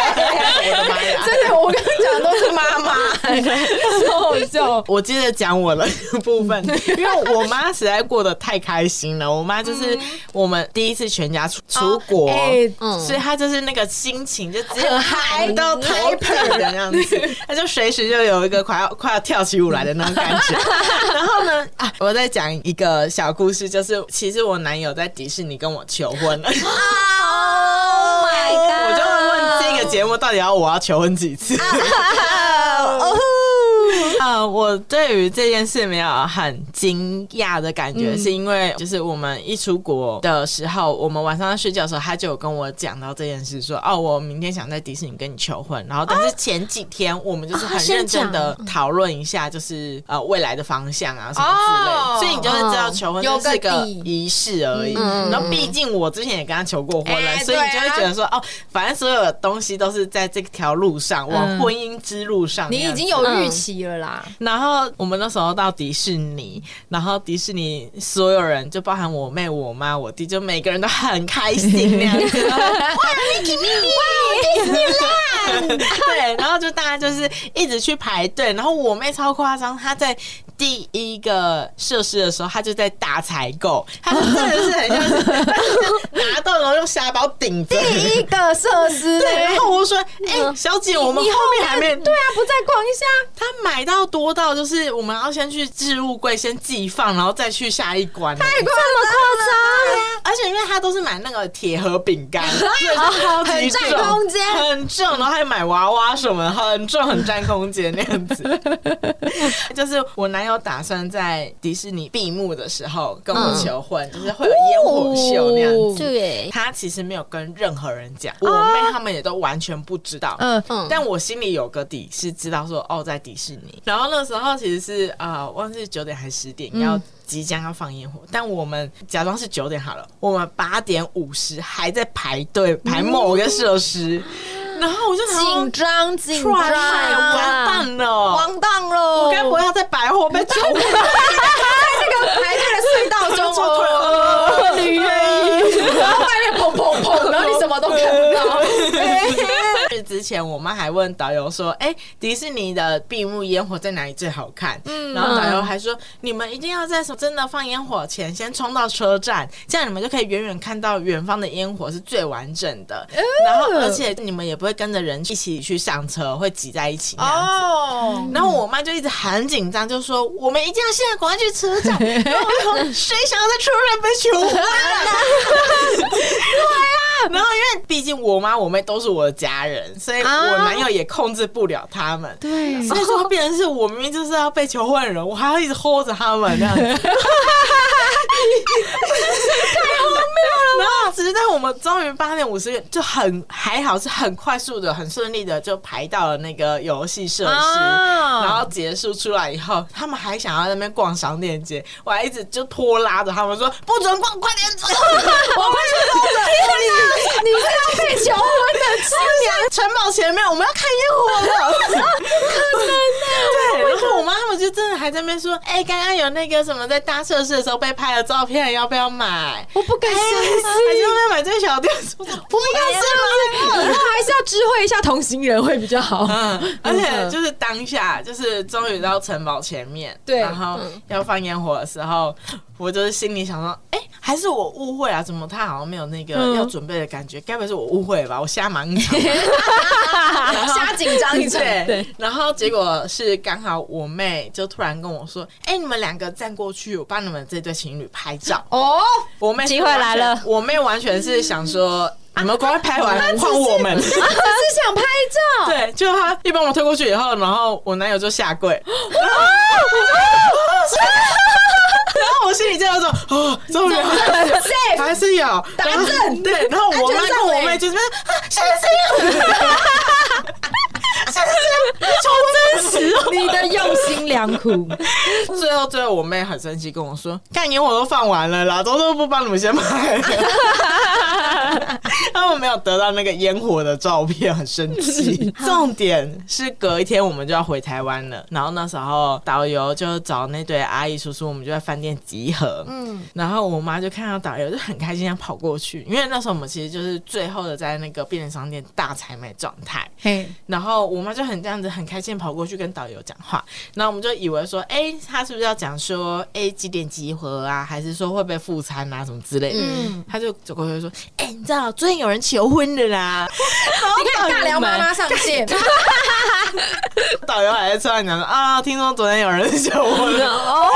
A: 妈呀！
B: 真的，我跟你讲都是妈 妈，超好笑。
A: 我接着讲我的部分，
C: 嗯
A: 因为我妈实在过得太开心了。我妈就是我们第一次全家出出国，
B: 哎
C: 嗯
A: 所以她就是那个心情就直接
B: 很嗨
A: 嗨到台北的那样子， 她就随时就有一个快要快要跳起舞来的那种感 觉。然后呢，啊，我再讲一个小故事，就是其实我男友在迪士尼跟我求婚了，
C: Oh my god！啊
A: 我就问这个节目到底要我要求婚几次？
C: 哦，
A: 啊、我对于这件事没有很惊讶的感
B: 嗯
A: 觉，是因为就是我们一出国的时候，我们晚上在睡觉的时候，他就有跟我讲到这件事说哦，我明天想在迪士尼跟你求婚。然后，但
B: 啊
A: 是前几天我们就是
C: 啊
B: 哦
A: 很
C: 先
A: 认真
C: 讲
A: 的讨论一下，就是呃未来的方向啊什么之类的，
B: 哦
A: 所以你就会知道
C: 嗯
A: 求婚
B: 有
A: 这是
B: 个
A: 个
B: 底
A: 仪式而已。
C: 嗯
A: 然后，毕竟我之前也跟他求过婚了，
B: 哎
A: 所以你就
B: 对
A: 会
B: 啊
A: 觉得说哦，反正所有的东西都是在这条路上，往
B: 嗯
A: 婚姻之路上那
B: 你
A: 样子。
B: 已经有预期了啦，
A: 然后我们那时候到迪士尼，然后迪士尼所有人就包含我妹、我妈、我弟，就每个人都很开心那样 子。然后哇，Mickey Mickey，哇，迪士尼啦！对，然后就大家就是一直去排队，然后我妹超夸张，她在。第一个设施的时候，她就在大采购，她就真的是很像是她就是拿到然后用沙包顶 着，
B: 第一个设施，
A: 对，然后我就说：“哎、
C: 嗯
A: 小姐，我们
B: 你
A: 后
B: 后
A: 面还没
B: 对啊，不再逛一下？
A: 他买到多到就是我们要先去置物柜先寄放，然后再去下一关、欸。
B: 这么夸
A: 而且因为他都是买那个铁盒饼 干，所以就超级重
B: 很占空间
A: 很重，然后还买娃娃什么，很重，很占空间那样子。 就是我男友打算在迪士尼闭幕的时候跟我求婚，
B: 嗯
A: 就是会有烟火秀那样子。
B: 哦
C: 对，
A: 他其实没有跟任何人讲，我妹他们也都完全不知道。
B: 嗯，
C: 嗯，
A: 但我心里有个底，是知道说哦，在迪士尼。然后那时候其实是啊、呃忘记九点还是十
B: 嗯
A: 点要即将要放烟火，但我们假装是九点好了，我们八点五十还在排队排某个设施，然后我就想说
B: 嗯紧张紧
A: 出
B: 张，
A: 来完蛋了，
B: 完蛋喽！
A: 我该不会要在百货被抢回来
B: 那个排队的隧道中
A: 我
B: 哦，
A: 突然
B: 女人，然后外面砰砰砰，然后你什么都看不到。哎
A: 去之前，我妈还问导游说：“哎、迪士尼的闭幕烟火在哪里最好看？”然后导游还说：“你们一定要在什么真的放烟火前，先冲到车站，这样你们就可以远远看到远方的烟火是最完整的。然后，而且你们也不会跟着人一起去上车，会挤在一起那样子。
B: 哦，
A: 然后我妈就一直很紧张，就说我们一定要现在赶快去车站。然后我就说谁想要在车站被求婚啊？ 对啊。然后因为毕竟我妈我妹都是我的家人，所以我男友也控制不了他们。
B: 对
A: 所以说，变成是我明明就是要被求婚的人，我还要一直 hold 着他们这样子， 太荒谬了。然后，只是在我们终于八点五十就很还好，是很快速的、很顺利的就排到了那个游戏设施，
B: 啊
A: 然后结束出来以后，他们还想要在那边逛商店街，我还一直就拖拉着他们说不准逛，快点 走，
B: 我快去疯了！你是要被求婚的新娘，
A: 城堡前面我们要看烟火了，可能呢、 对，然后我妈他们就真的还在那边说，哎、刚刚有那个什么在搭设施的时候被拍的照片，要不要买？
B: 我不敢
A: 哎
B: 相信。
A: 还是要不要买这个小店？我说不要是吗？
B: 以后还是要知会一下同行人会比较 好。
A: 嗯，而且就是当下，就是终于到城堡前面，
B: 对
A: 然后要放烟火的时候，我就是心里想说，哎、还是我误会啊？怎么他好像没有那个
B: 嗯
A: 要准备的感觉？该不会是我误会吧？我瞎忙一场。
B: 瞎紧张一场，
A: 对， 然后结果是刚好我妹就突然跟我说：“哎、你们两个站过去，我帮你们这对情侣拍照。
B: 哦，”
A: 我妹是
C: 机会来了
A: 完全我妹完全是想说。你们赶快拍完换我们。
B: 只想拍照，
A: 对，就他一帮我推过去以后，然后我男友就下 跪，啊然后我心里就有种哦，终于还是
B: safe
A: 还是有
B: 打
A: 然后
B: 正
A: 对，然后我妈
B: 安全
A: 跟
B: 上
A: 我
B: 位
A: 妹就是啊，相信， 相信，超真实哦。
B: 你的用心良苦，
A: 最后，最后我妹很生气跟我说：“干年我都放完了啦，都都不帮你们先 拍。”他们没有得到那个烟火的照片，很生气。重点是隔一天我们就要回台湾了，然后那时候导游就找那对阿姨叔叔，我们就在饭店集合。嗯，然后我妈就看到导游就很开心，要跑过去，因为那时候我们其实就是最后的在那个便利商店大采买状态。
B: 嘿，
A: 然后我妈就很这样子很开心地跑过去跟导游讲话，然后我们就以为说，哎、他是不是要讲说，哎、几点集合啊，还是说会不会复餐啊什么之类的？
B: 嗯
A: 他就走过去说，哎、你知道最近有人求婚的啦，
B: 你看大聊妈妈上线，
A: 导游还在车上讲说啊，听说昨天有人求婚 了
C: 哦，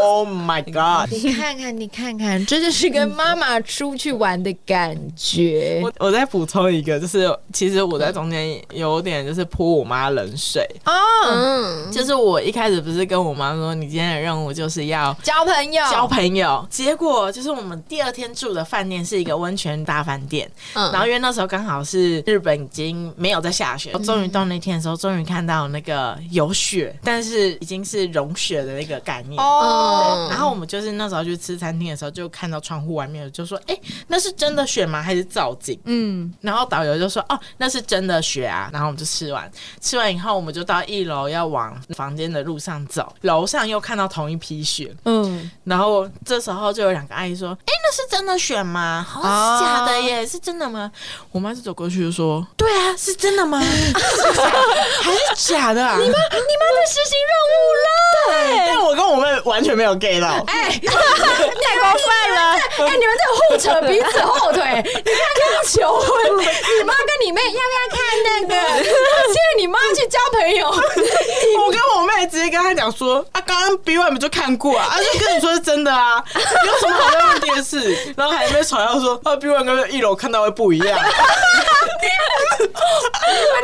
A: ，Oh my god！
B: 你看看，你看看，这就是跟妈妈出去玩的感觉
A: 我我再补充一个，就是其实我在中间有点就是泼我妈冷水，
B: 哦。
C: 嗯，
A: 就是我一开始不是跟我妈说，你今天的任务就是要
B: 交朋友，
A: 交朋友。结果就是我们第二天住的饭店是一个温泉大饭店，
C: 嗯
A: 然后因为那时候刚好是日本已经没有在下雪，终于到那天的时候，终于看到那个有雪，但是已经是融雪的那个概念。
B: 哦，
A: 然后我们就是那时候去吃餐厅的时候，就看到窗户外面，就说：“哎、那是真的雪吗？还是造景？”
B: 嗯，
A: 然后导游就说：“哦，那是真的雪啊！”然后我们就吃完，吃完以后我们就到一楼要往房间的路上走，楼上又看到同一批雪，
B: 嗯，
A: 然后这时候就有两个阿姨说：“哎、那是真的选吗？好像哦是假的耶，是真的吗？”我妈就走过去就说：“对啊，是真的吗？是假的 还是假的、啊？”你妈，你妈在实行任务了。对，但我跟我妹完全没有 get 到。
B: 哎，太过分了！哎，你们这互扯彼此后腿，你看刚 求婚，你妈跟你妹要不要看那个？现在你妈去交朋友，
A: 我跟我妹直接跟她讲说：“啊，刚刚 B one 不就看过啊？啊，就跟你说是真的啊，有什么好在用电视？”然后还没吵到说：“啊，B one 跟一楼看到会不一样。”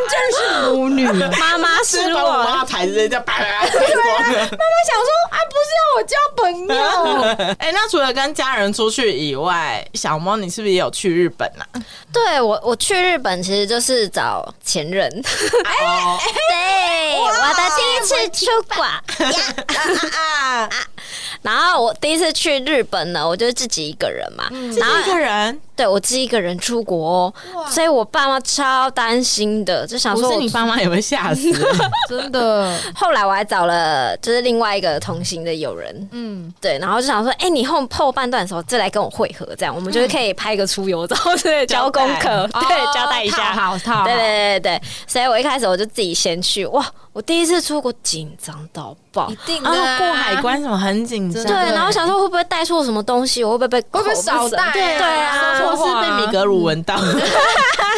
B: 真是母女。妈妈
C: 妈妈
A: 直接
C: 失
A: 把我
C: 望
A: 妈，的台直接这样啪啪啪拍光了。
B: 想说啊，不是要我交朋友，
A: 哎、那除了跟家人出去以外，小猫你是不是也有去日本啊？
C: 对我我去日本其实就是找前任，
A: 哦，
C: 对，我的第一次出国。
A: 啊，
C: 然后我第一次去日本呢，我就是自己一个人嘛，然后
A: 嗯一个人，
C: 对我自己一个人出国、哦，所以我爸妈超担心的，就想
A: 不
C: 说
A: 是
C: 我
A: 你爸妈也会吓 死。
B: 真的，
C: 后来我还找了就是另外一个同行的友人，
B: 嗯，
C: 对，然后就想说，哎、你后后半段的时候再来跟我会合，这样我们
A: 嗯
C: 就是可以拍一个出游照之类的交功课，
A: 哦
C: 对，交代一下。
B: 好套好，
C: 对对对对，所以我一开始我就自己先去，哇，我第一次出国紧张到爆
B: 一，定的
A: 然后
B: 啊
A: 过海，关什么很紧张
B: 真
C: 对，
B: 的，
C: 然后想说会不会带错什么东西，我会不会被
B: 会不会
C: 口
B: 少
C: 审
B: 带啊
C: 对对啊，
A: 或是被米格鲁闻 到，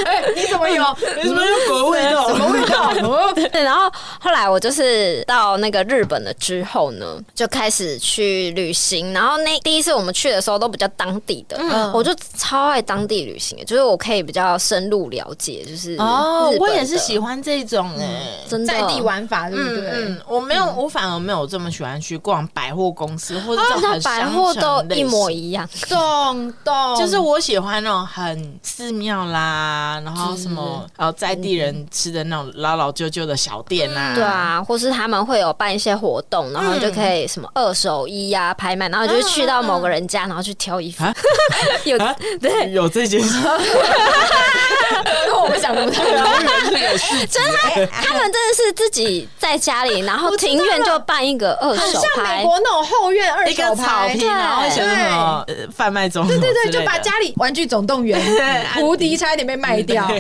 B: 哎你怎么 有？
A: 什么有国味道？
B: 什么味道？哦
C: 对，然后后来我就是到那个日本了之后呢，就开始去旅行。然后那第一次我们去的时候都比较当地的，
B: 嗯
C: 我就超爱当地旅行的，就是我可以比较深入了解，就是
A: 哦，我也是喜
C: 欢欸
A: 欢这种哎、
C: 真的哦
B: 在地。玩法，对不
A: 嗯
B: 对？
A: 嗯，我没有，我反而没有这么喜欢去逛百货公司或者这
C: 你
A: 种
C: 知道
A: 很
C: 哦百货都
A: 商城类
C: 一
A: 型
C: 模一样，
B: 懂懂，
A: 就是我喜欢那种很寺庙啦，然后什么呃在地人吃的那种老老旧旧的小店啦、
C: 对，啊，或是他们会有办一些活动，然后
A: 嗯
C: 就可以什么二手衣啊拍卖，然后就去到某个人家，然后去挑衣服
A: 啊，
C: 有
A: 啊对，有这件事，
B: 跟我们想的不太一样。
C: 真的，他他们真的是自己在家里，然后庭院就办一个二
B: 很
C: 手
B: 像美
C: 拍，
B: 国那种后院 二
A: 一
B: 手
A: 个草
B: 拍，
A: 坪，然后写什么呃贩卖中，对
B: 对对，就把家里玩具总动 员、无敌差一点被卖掉，
C: 对。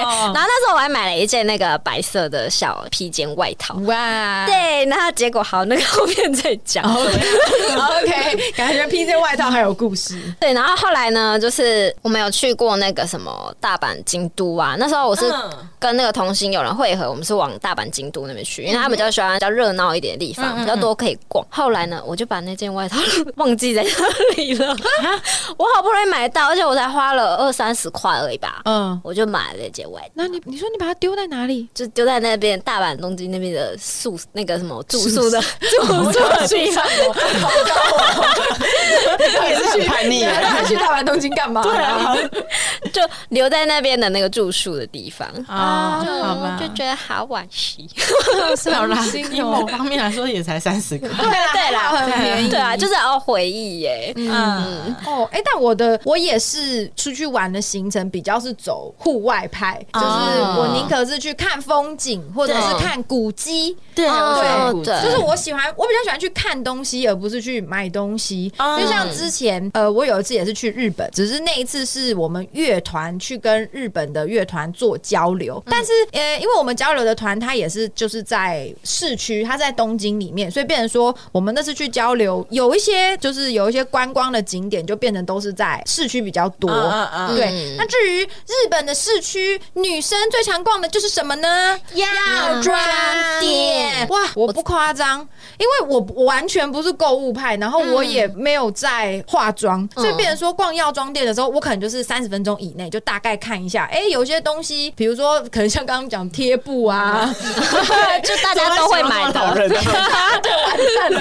A: 哦
C: 然后那时候我还买了一件那个白色的小披肩外套。
B: 哇，
C: 对，那结果好，那个后面再讲。
B: ，OK，感觉披肩外套还有故事，
C: 对，然后后来呢，就是我们有去过那个什么大阪、京都啊。那时候我是
A: 嗯
C: 跟那个个同行友人会合，我们是往大阪、京都那边去，因为他们比较喜欢比较热闹一点的地方，比较多可以逛。后来呢，我就把那件外套 忘记在那里了，我好不容易买到，而且我才花了二三十块而已吧，
B: 嗯，
C: 我就买了那件外套。
B: 那你你说你把它丢在哪里？
C: 就丢在那边大阪、东京那边的宿那个什么住宿的 住宿的地方，
A: 这 也是很叛逆
B: 你
A: 耶。
B: 啊还去大阪东京干嘛？ 对啊，
C: 就留在那边的那个住宿的地方，
A: 啊，
C: 就
A: 好吧，
C: 就觉得好惋惜。
A: 好啦，
B: 心
A: 以
B: 哦
A: 某方面来说也才三十个。
C: 对啦，
B: 很便宜
C: 对啊，就是要回忆耶。
A: 嗯，
B: 哦，哎、但我的我也是出去玩的行程比较是走户外派，就是
A: 哦
B: 我宁可是去看风景或者是
C: 对
B: 看古迹，
A: 对
C: 我喜欢古
B: 哦就
C: 嗯对
B: 是我喜欢我比较喜欢去看东西，而不是去买东西。
A: 嗯
B: 就像之前呃，我有一次也是去日本，只是那一次是我们乐团去跟日本的乐团做交流，
A: 嗯
B: 但是呃，因为我们交流的团它也是就是在市区，它在东京里面，所以变成说我们那次去交流，有一些就是有一些观光的景点就变成都是在市区比较多。
A: 嗯嗯嗯
B: 对，那至于日本的市区，女生最常逛的就是什么呢？药妆店。哇，我不夸张，因为我我完全不是购物派，然后我也没有在化妆，所以变成说逛药妆店的时候，我可能就是三十分钟以内就大概看一下，哎，有些东西，比如说可能像刚刚讲贴布啊，
C: 就大家都会买
A: 讨
C: 的。
A: 论的，
B: 完蛋了，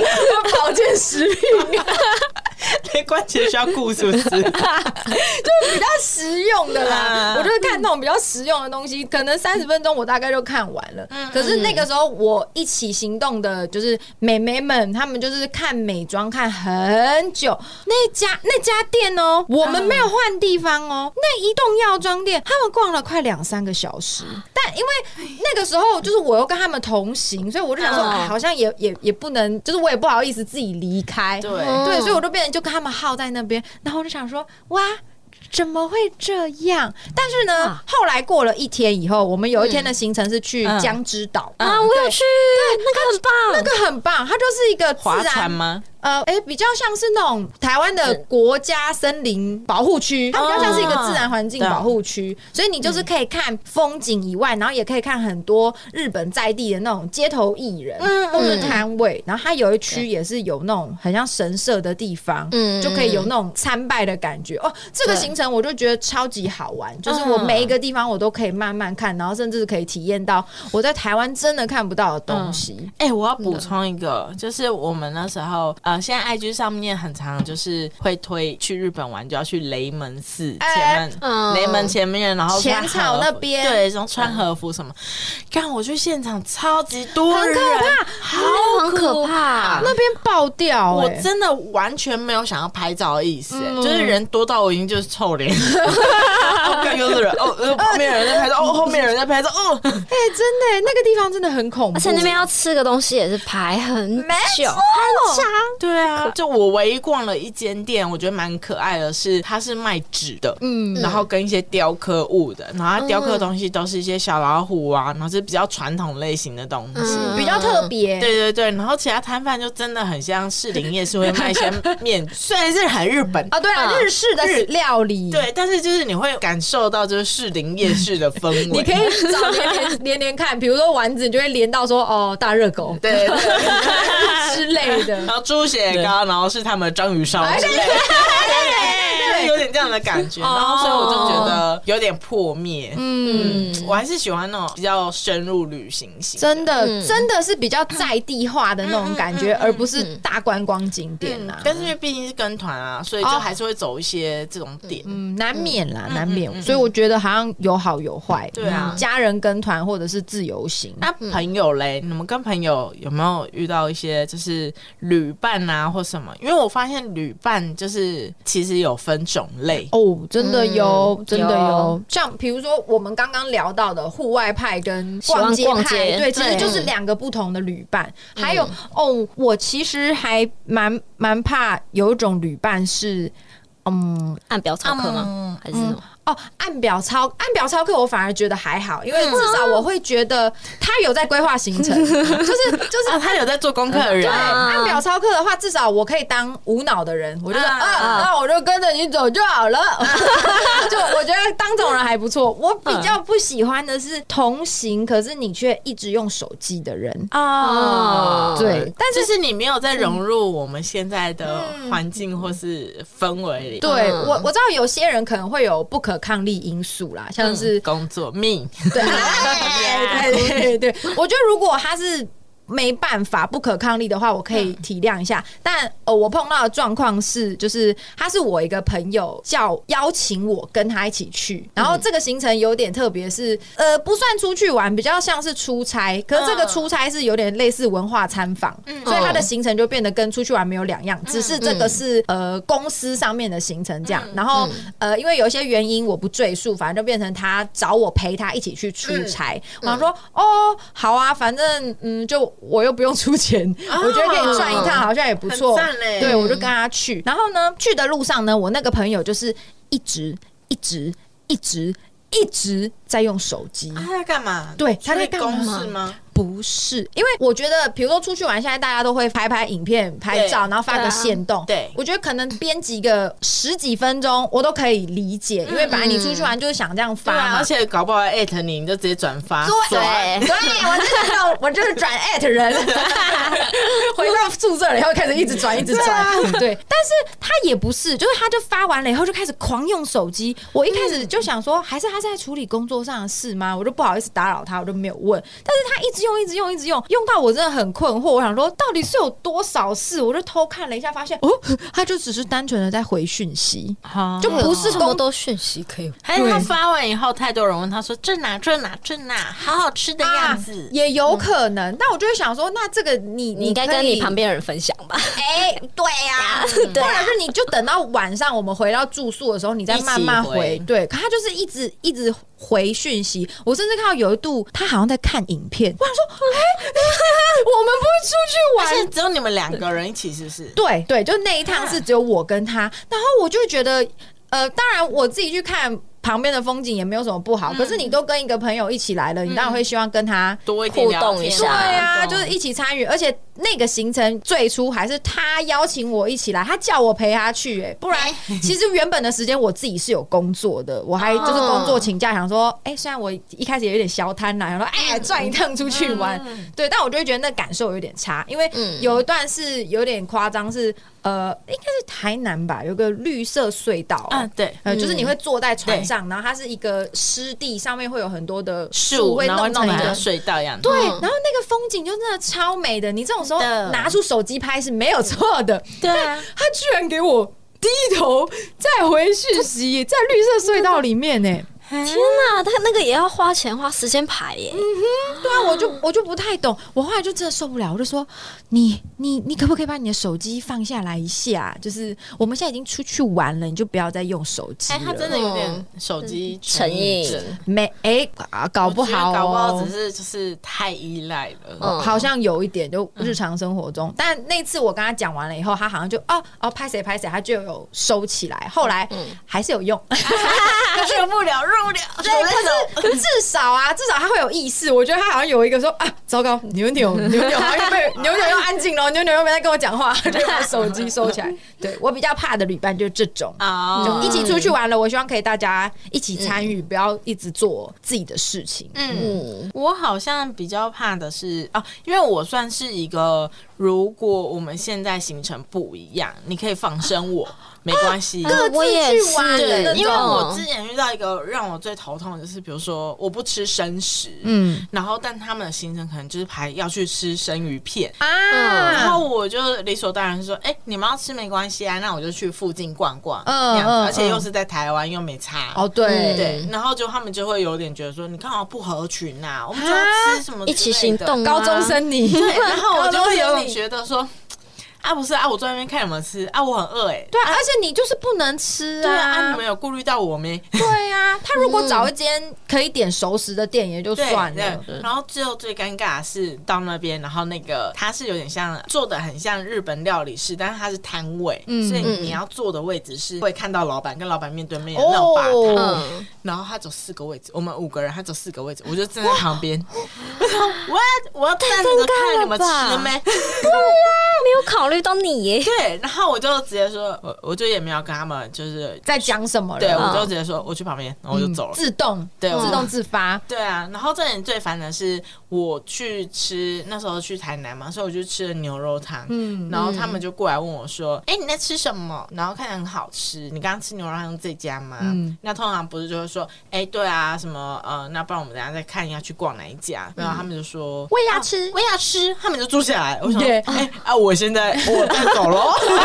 B: 保健食品啊，
A: 对关节需要顾是不是？
B: 比较实用的啦
A: 啊，
B: 我就是看那种比较实用的东西，可能三十分钟我大概就看完了。可是那个时候我一起行动的就是美眉们，她们就是看美妆看很久。那家那家店哦、我们没有换地方哦、那一栋药妆店，他们逛了快两三个小时。但因为那个时候就是我又跟他们同行，所以我就想说，
C: 嗯
B: 哎，好像也也也不能，就是我也不好意思自己离开。
A: 对
C: 嗯
B: 对，所以我就变成就跟他们耗在那边，然后我就想说，哇。怎么会这样？但是呢，
C: 啊
B: 后来过了一天以后，我们有一天的行程是去
A: 嗯
B: 江之岛，
C: 啊，我有去，那个
B: 那
C: 很棒。
B: 个很棒，它就是一个自
A: 划船
B: 然
A: 吗？
B: 呃，哎、比较像是那种台湾的国家森林保护区，它比较像是一个自然环境保护区，所以你就是可以看风景以外，然后也可以看很多日本在地的那种街头艺人或者摊位，然后它有一区也是有那种很像神社的地方，
C: 嗯
B: 就可以有那种参拜的感觉。哦，这个
C: 对
B: 行程我就觉得超级好玩，就是我每一个地方我都可以慢慢看，然后甚至可以体验到我在台湾真的看不到的东西。
A: 哎、我要补充一个，就是我们那时候，呃，现在 IG 上面很常就是会推去日本玩，就要去雷门寺
B: 哎
A: 前面，
C: 嗯
A: 雷门前面，然后穿
B: 浅草
A: 和
B: 那
A: 服
B: 边
A: 对，然后穿和服什么。看我去现场，超级多
B: 很
A: 人，
B: 可怕，
A: 好
C: 那很可怕
B: 那边爆掉、
A: 我
B: 哎
A: 真的完全没有想要拍照的意思、哎
B: 嗯
A: 就是人多到我已经就是臭 脸，哦，看又是人，哦，呃后面有人在拍照，哦，后面有人在拍照，哦，
B: 哎、真的耶、那个地方真的很恐怖，哦
C: 而且那边要吃个东西也是排很
B: 没
C: 久，
B: 错，
A: 对啊，就我唯一逛了一间店，我觉得蛮可爱的是，它是卖纸的，嗯，然后跟一些雕刻物的，然后它雕刻的东西都是一些小老虎啊，然后是比较传统类型的东西。
C: 嗯
B: 比较特别。
A: 对对对，然后其他摊贩就真的很像士林夜市会卖一些面，虽然是很日本
B: 啊，对啊，
C: 嗯
B: 日式的
A: 日
B: 料理，，
A: 对，但是就是你会感受到就是士林夜市的氛围。
B: 你可以找连连连连看，比如说丸子，你就会连到说哦，大热 狗
A: 对对对，
B: 之类的
A: 然。后猪血糕，然后是他们的章鱼烧
B: 哎
A: 之类的。就是有点这样的感
B: 哦
A: 觉，然后所以我就觉得有点破灭。嗯，我还是喜欢那种比较深入旅行型。
B: 真的，
C: 嗯
B: 真的是比较在地化的那种感
A: 嗯
B: 觉，
A: 嗯嗯嗯
B: 而不是大观光景点
A: 嗯
B: 呐、啊。
A: 但是因为毕竟是跟团啊，所以就
B: 哦
A: 还是会走一些这种点。
B: 嗯，难免啦，
A: 嗯
B: 难免。
A: 嗯嗯
B: 所以我觉得好像有好有坏。
A: 对啊
B: 嗯家人跟团或者是自由行，
A: 那朋友嘞，你们跟朋友有没有遇到一些就是旅伴啊或什么？因为我发现旅伴就是其实有分种类，
B: 哦，真的有，
C: 嗯
B: 真的有。
C: 有
B: 像比如说我们刚刚聊到的户外派跟
C: 喜欢
B: 逛街
C: 逛
B: 派，
C: 街
B: 对，其实
C: 对
B: 就是两个不同的旅伴。还有哦，我其实还蛮蛮怕有一种旅伴是，嗯，
C: 按表操课吗？还是什么？
B: 哦，哦，按表操按表操课，我反而觉得还好，因为至少我会觉得他有在规划行 程，就是就是
A: 啊，他有在做功课的人，
B: 按表操课的话，至少我可以当无脑的人，我就说
A: 啊
B: 啊，
C: 啊
B: 那我就跟着你走就好了。就我觉得当这种人还不错。我比较不喜欢的是同行，可是你却一直用手机的人。
C: 嗯
A: 哦，
B: 对
A: 但是是你没有在融入我们现在的
B: 嗯
A: 环境或是氛围里，
B: 对我我知道有些人可能会有不可抗力因素啦，像
A: 嗯，
B: 是
A: 工作命， 啊
B: 对，哎对对对，我觉得如果他是。没办法，不可抗力的话，我可以体谅一下。但呃，我碰到的状况是，就是他是我一个朋友叫邀请我跟他一起去，然后这个行程有点特别是，呃不算出去玩，比较像是出差。可是这个
A: 嗯
B: 出差是有点类似文化参访，所以他的行程就变得跟出去玩没有两
A: 嗯
B: 样，只是这个是呃公司上面的行程这
A: 嗯
B: 样。然后呃，因为有一些原因我不赘述，反正就变成他找我陪他一起去出
A: 嗯
B: 差。我想说哦，好啊，反正嗯，就我又不用出 钱，我觉得可以转一趟，好像也不错。
A: 啊很赞欸嘞
B: 对，我就跟他去。然后呢，去的路上呢，我那个朋友就是一直一直一直一直在用手机。
A: 啊他在干嘛？
B: 对
A: 处理
B: 他在干嘛
A: 公事吗？
B: 不是，因为我觉得，比如说出去玩，现在大家都会拍拍影片、拍照，
A: 对啊
B: 然后发个线动。
A: 对
B: 我觉得可能编辑个十几分钟，我都可以理解，因为本来你出去玩就是想这样发
A: 对啊，
B: 嘛
A: 而。且搞不好艾特你，你就直接转发。
B: 对，对我就是那种，我就是转 at 人，回到宿舍了以后开始一直转，一直转，对。啊但是他也不是，就是他就发完了以后就开始狂用手机。我一开始就想说，还是他在处理工作上的事吗？我就不好意思打扰他，我就没有问。但是他一直用，一直用，一直用，用到我真的很困惑。我想说，到底是有多少事？我就偷看了一下，发现哦，他就只是单纯的在回讯息，
A: 好
B: 就哦不是
D: 这么
B: 工
D: 多讯息可以
A: 还哎有他发完以后，太多人问他说：“这哪这哪这哪，好好吃的样子
B: 啊。也有可能。那我就会想说，那这个你
C: 你应该跟你
B: 边。
C: 旁边的人分享吧。
B: 哎、对呀、
C: 对啊
B: 或者是你就等到晚上我们回到住宿的时候，你再慢慢回。
A: 一起回
B: 对，可他就是一直一直回讯息，我甚至看到有一度他好像在看影片，我想说，哎、 我们不
A: 而
B: 会出
A: 且
B: 去玩。
A: 只有你们两个人一起，是不是？
B: 啊对对，就那一趟是只有我跟他，然后我就会觉得，呃，当然我自己去看。旁边的风景也没有什么不好，可是你都跟一个朋友一起来了，你当然会希望跟他
A: 多一点聊天
C: 互动一
B: 对
C: 下
B: 啊，就是一起参与，而且那个行程最初还是他邀请我一起来，他叫我陪他去、 哎，不然其实原本的时间我自己是有工作的，我还就是工作请假，想说，哎、虽然我一开始有点消贪啦，想说，哎、转一趟出去玩，对，但我就会觉得那感受有点差，因为有一段是有点夸张，是呃，应该是台南吧，有个绿色隧道、
A: 啊，对，
B: 呃，就是你会坐在船上，然后它是一个湿地，上面会有很多的树，会
A: 然后弄
B: 弄成
A: 得
B: 一
A: 像
B: 个
A: 隧道一样。
B: 对，然后那个风景就真的超美的，你这种时候
A: 嗯真的
B: 拿出手机拍是没有错的。
A: 对啊，
B: 他居然给我低头再回讯息，在绿色隧道里面呢、
C: 天哪，他那个也要花钱花时间排耶。
B: 对啊，我就我就不太懂，我后来就真的受不了，我就说你你你可不可以把你的手机放下来一下？就是我们现在已经出去玩了，你就不要再用手机
A: 哎，
B: 了。
A: 他真的有点手机
C: 成
A: 症，
B: 没哎、啊搞
A: 搞
B: 不好、哦，
A: 搞不好只是就是太依赖了。
C: 嗯
B: 好像有一点，就日常生活中。但那次我跟他讲完了以后，他好像就哦哦拍谁拍谁，他就有收起来。后来
A: 嗯
B: 还是有用，
A: 入啊不了，入不了，
B: 对，可是至少啊，至少他会有意识。我觉得他好像有一个说啊，糟糕，牛牛牛牛好像被 牛牛又安静了，牛牛又没在跟我讲话， 就把手机收起来。对我比较怕的旅伴就是这种。
A: 啊，
B: 就一起出去玩了，我希望可以大家一起参
A: 嗯
B: 与，不要一直做自己的事情。
C: 嗯，
A: 我好像比较怕的是啊，因为我算是一个，如果我们现在行程不一样，你可以放生我，没关 系。
C: 我也
B: 去玩的
C: 是，
A: 因为我之前遇到一个让我最头痛的就是，比如说我不吃生食，
B: 嗯
A: 然后但他们的行程可能就是排要去吃生鱼片，
B: 啊，
A: 嗯然后我就理所当然说，哎、你们要吃没关系啊，那我就去附近逛逛，
B: 嗯
A: 嗯，样子
B: 嗯
A: 而且又是在台湾又没差，
B: 哦对
C: 嗯
A: 对，然后就他们就会有点觉得说，你干嘛不合群呐、我们就要吃什么之类的
C: 一起行动，啊
B: 高中。生你
A: 嗯对，然后我就会有
B: 高中
A: 种
B: 生你
A: 觉得说。啊不是啊，我坐在那边看你们吃啊，我很饿哎、欸。
B: 对啊，而且你就是不能吃
A: 对啊，啊你们有顾虑到我没？
B: 对啊，他如果找一间可以点熟食的店也就
A: 对
B: 算
A: 对
B: 了，
A: 然后最后最尴尬的是到那边，然后那个它是有点像做的很像日本料理室，但是它是摊位，所以你要坐的位置是会看到老板跟老板面对面的那种吧台。
B: 哦
C: 嗯，
A: 然后他走四个位置，我们五个人，他走四个位置，我就站在旁边。我说我我要站着看你们吃没？
C: 没有考虑到你耶。
A: 对，然后我就直接说，我我就也没有跟他们就是，
B: 在讲什么了？
A: 对
C: 嗯
A: 我就直接说我去旁边，然后我就走了。
B: 嗯自动
A: 对我
B: 自动自发。
A: 对啊，然后这点最烦的是，我去吃那时候去台南嘛，所以我就吃了牛肉汤，嗯，然后他们就过来问我说：“哎、你在吃什么？”然后看起来很好吃，你刚刚吃牛肉汤这家吗？
B: 嗯
A: 那通常不是就会说：“哎、对啊，什么呃，那不然我们等一下再看一下去逛哪一家。”然后他们就说：“
B: 我也要吃
A: 啊我也要吃。”他们就坐下来，我想说：“哎、
B: Yeah
A: 啊，我现在我在走喽。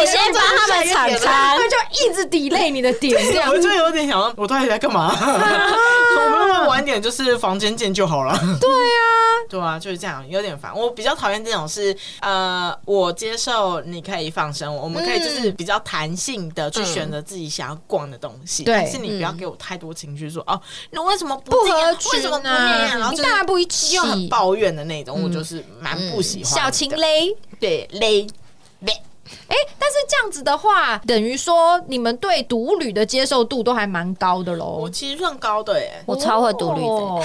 C: 你先帮他们抢
B: 他
C: 餐
B: 们，就一直 delay 你的点，这样
A: 我就有点想说，我到底在干嘛？ 我们要晚点就是房间见就好了。 对啊，对啊，就是这样，有点烦。我比较讨厌这种是，呃，我接受你可以放生我，我们可以
B: 嗯
A: 就是比较弹性的去选择自己想要逛的东西，
B: 对嗯
A: 但是你不要给我太多情绪，说哦，你为什么不
B: 不
A: 这
B: 合
A: 样
B: 群
A: 为什么不那样？然
B: 啊！
A: 后
B: 你
A: 就
B: 大
A: 是
B: 家不一起，
A: 又很抱怨的那种，我就是蛮不喜欢的。
B: 小情勒。
A: 对勒勒，
B: 哎、但是这样子的话，等于说你们对独旅的接受度都还蛮高的
A: 我
B: 喽。
A: 其实算高的耶，
C: 我超会独立的。
B: 哦，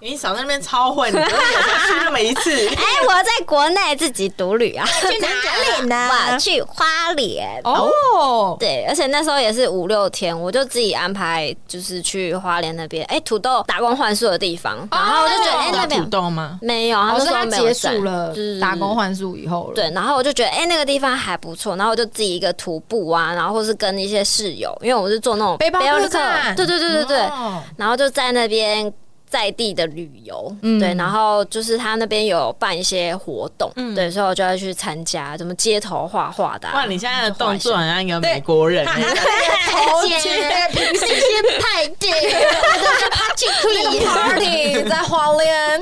A: 你嫂在那边超会，你不是每次去那么 一次。
C: 哎，我在国内自己独旅啊，
B: 去哪 里呢？
C: 我去花莲。
B: 哦，
C: 对，而且那时候也是五六天，我就自己安排，就是去花莲那边，哎、土豆打工换宿的地
B: 哦
C: 方，然后我就觉得，哎、那边
A: 土豆吗？
C: 没有，
B: 老
C: 他们
B: 师哦
C: 说
B: 他
C: 没有
B: 结
C: 站
B: 束了
C: 就是
B: 打工换宿以后了。啊
C: 对，然后我就觉得，哎、那个地方还不错，然后我就自己一个徒步啊，然后或是跟一些室友，因为我是做那种
B: 背包客
C: 客
B: 栈
C: 对对对对对，
B: 哦
C: 然后就在那边。在地的旅游，
B: 嗯
C: 对，然后就是他那边有办一些活动，
A: 嗯
C: 对，所以我就要去参加，什么街头画画的、啊。
A: 哇，你现在的动作好像一个美国人，
B: 头
C: 姐
B: 平时
C: 派对， 他去那
B: party 在花莲，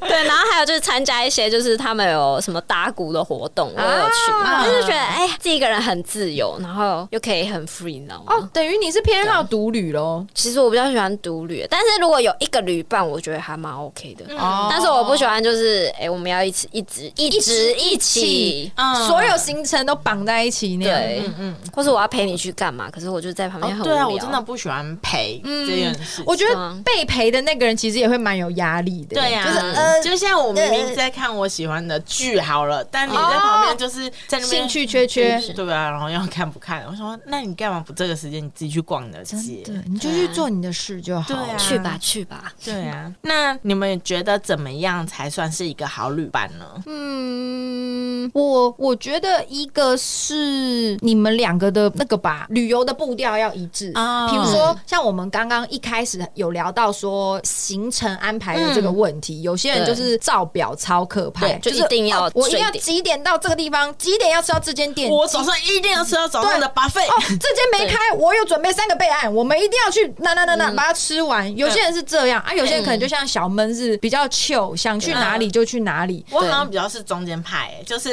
C: 对，然后还有就是参加一些就是他们有什么打鼓的活动，我有去，
B: 啊
C: 我就觉得哎、自己一个人很自由，然后又可以很 free，你知道吗？
B: 哦，等于你是偏好独旅喽。
C: 其实我比较喜欢独旅，但是如果有一个旅伴，我觉得还蛮 OK 的。
B: 哦
C: 但是我不喜欢就是哎、我们要一起一直一直一起。
A: 嗯
B: 所有行程都绑在一起那样。
C: 对，
A: 嗯嗯，
C: 或是我要陪你去干嘛？可是我就在旁边
A: 哦
C: 很无
A: 对
C: 聊。
A: 啊，我真的不喜欢陪这件事。
B: 嗯我觉
C: 是
B: 得
C: 吗
B: 被陪的那个人其实也会蛮有压力的。
A: 对呀、
B: 就是呃
A: 啊，就是就像我明明在看我喜欢的剧好了，但你在旁边就是在那边
B: 兴趣缺缺。
A: 对啊，然后要看不看？我说，那你干嘛不这个时间你自己去逛你的街？
B: 对，你就去做你的事就好。
A: 对啊
C: 去
B: 嗯
C: 吧，去吧。
A: 对啊，那你们觉得怎么样才算是一个好旅伴呢？
B: 嗯，我我觉得一个是你们两个的那个吧，旅游的步调要一致
C: 啊
A: 哦
B: 比如说，像我们刚刚一开始有聊到说行程安排的这个问题，有些人就是照表超可怕，
C: 嗯对就是一定要
B: 哦我一定要
C: 睡点
B: 几点到这个地方，几点要吃到这间店，
A: 我早上一定要吃到早上的 buffet，、
B: 哦，这间没开，我有准备三个备案，我们一定要去那那那那
C: 嗯
B: 把它吃完。有些人是这样啊，有些人可能就像小闷是比较 chill，想去哪里就去哪里。
A: 我好像比较是中间派、欸，就是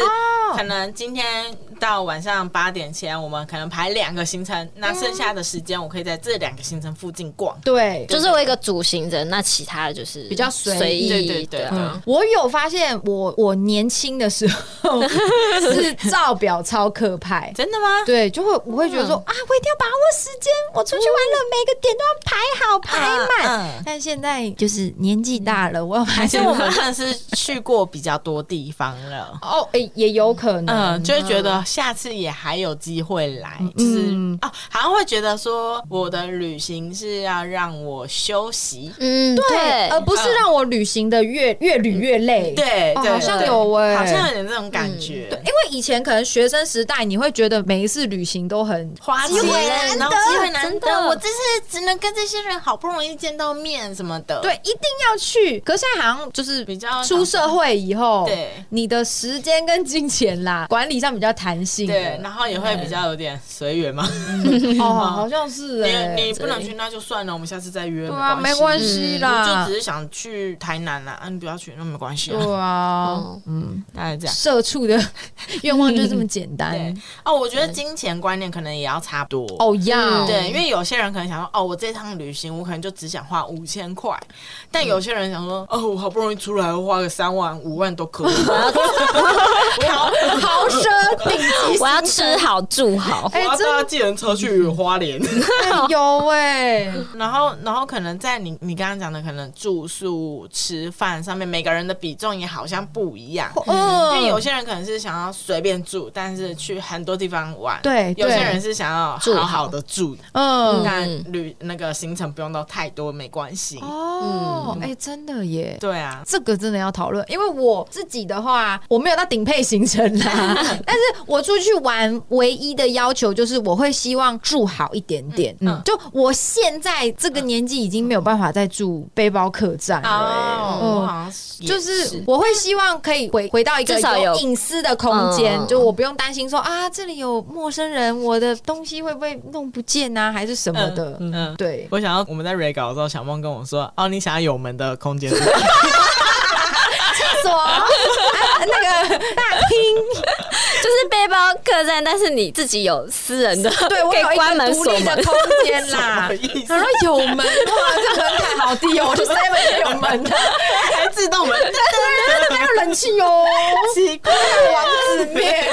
A: 可能今天到晚上八点前，我们可能排两个行程，那剩下的时间我可以在这两个行程附近逛。
B: 对，
C: 就是我一个主行人，那其他的就是
B: 比较随意
C: 随意，
A: 对对对
C: 对啊。
B: 我有发现我，我年轻的时候 是照表超课派。
A: 真的吗？
B: 对，就会我会觉得说、啊，我一定要把握时间，我出去玩了，每个点都要排好排满。
A: 嗯嗯
B: 但现在就是年纪大了，我有发
A: 还是
B: 现，
A: 我们真的是去过比较多地方了
B: 哦，诶、也有可 能，
A: 嗯，就会觉得下次也还有机会来，就是
B: 嗯
A: 哦，好像会觉得说我的旅行是要让我休息，
C: 嗯，对，
B: 而不是让我旅行的越越旅越累。
A: 对，
B: 哦
A: 对
B: 好像
A: 对
B: 有哎、
A: 好像有欸嗯点这种感觉，
B: 因为以前可能学生时代，你会觉得每一次旅行都很
A: 花
C: 机会难
A: 然后
C: 得
A: 机会难
C: 真
A: 得，
C: 的
A: 我这次只能跟这些人好不容易见到面什么的。
B: 对，，一定要去。可是现在好像就是
A: 比较
B: 出社会以后，
A: 对
B: 你的时间跟金钱啦，管理上比较弹性了。
A: 对，然后也会比较有点随缘嘛。
B: 哦，好像是哎、
A: 你你不能去那就算了，我们下次再约。
B: 对啊，没关系
A: 我就
B: 啦
A: 只。是想去台南啦，啊，你不要去，那没关关系啊。
B: 对啊，
C: 哦，
B: 嗯，
A: 大概这样。
B: 社畜的 愿望就这么简
A: 对
B: 单
A: 哦，我觉得金钱观念可能也要差不多。
B: 哦要
C: 嗯
A: 对，因为有些人可能想说，哦，我这趟旅行我可能就只想花五千块，但有些人想说，哦，我好不容易出来，我花个三万、五万都 可以。我好，
B: 豪奢顶 级
C: 我要吃好住好，
A: 我
B: 哎
A: 要
B: 真
A: 搭计程车去花莲。
B: 有哎，
A: 然后，然后可能在你你刚刚讲的，可能住宿、吃饭上面，每个人的比重也好像不一样。因
B: 嗯，
A: 为有些人可能是想要随便住，但是去很多地方玩。
B: 对
A: 有些
B: 对
A: 人是想要
C: 住
A: 好
C: 好
A: 好的住，
B: 嗯
A: 但旅那个行程不用到太多，没关系。嗯
B: 哦，哎真的耶。
A: 对啊，
B: 这个真的要讨论，因为我自己的话，我没有到顶配行程啦， 但是我出去玩唯一的要求就是我会希望住好一点点。嗯，
A: 嗯
B: 就我现在这个年纪已经没有办法再住背包客栈了、
A: 哦，
B: 嗯
A: 我好像也
B: 就是我会希望可以回回到一个
C: 至少有
B: 有隐私的空间，
C: 嗯
B: 就我不用担心说啊这里有陌生人，我的东西会不会弄不见啊，还是什么的。
A: 嗯嗯，
B: 对，
A: 我想要我们在 re 稿的时候，小梦跟我说，哦，你想要有门的空间是不是
B: 说、 啊、那个大厅，
C: 就是背包客栈，但是你自己有私人的，
B: 对我
C: 可以
B: 有一
C: 关门
B: 个独
C: 锁
B: 立的
C: 门。
B: 空间
A: 什
B: 啦
A: 么。意思
B: 他说有门哇，这门槛好低哦，我去 seven 也有门的，
A: 还自动门，
B: 没有冷气哦，
A: 奇怪。
B: 王子面，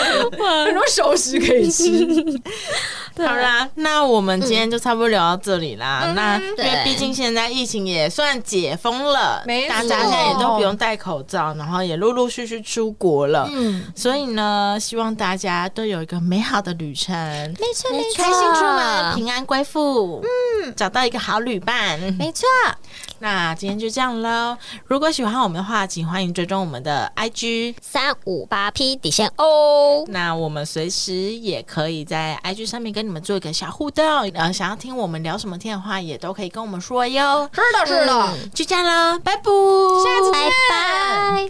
B: 很多熟食可以吃。啊
A: 好啦，那我们今天就差不多聊到这里啦。
B: 嗯
A: 那因为
C: 对
A: 毕竟现在疫情也算解封了，
B: 没
A: 大家现在也
B: 错
A: 都不用戴口罩，然后也陆陆续续出国了。
B: 嗯，
A: 所以呢，希望大家都有一个美好的旅程，
B: 没错
C: 没错
A: 开心出门，平安归附，嗯，找到一个好旅伴。
B: 没错，
A: 那今天就这样喽。如果喜欢我们的话，请欢迎追踪我们的 IG。
C: 三五八 P 底线哦，
A: 那我们随时也可以在 IG 上面跟你们做一个小互动，呃，想要听我们聊什么天的话，也都可以跟我们说哟。
B: 是的，是的。
A: 就这样喽，拜拜。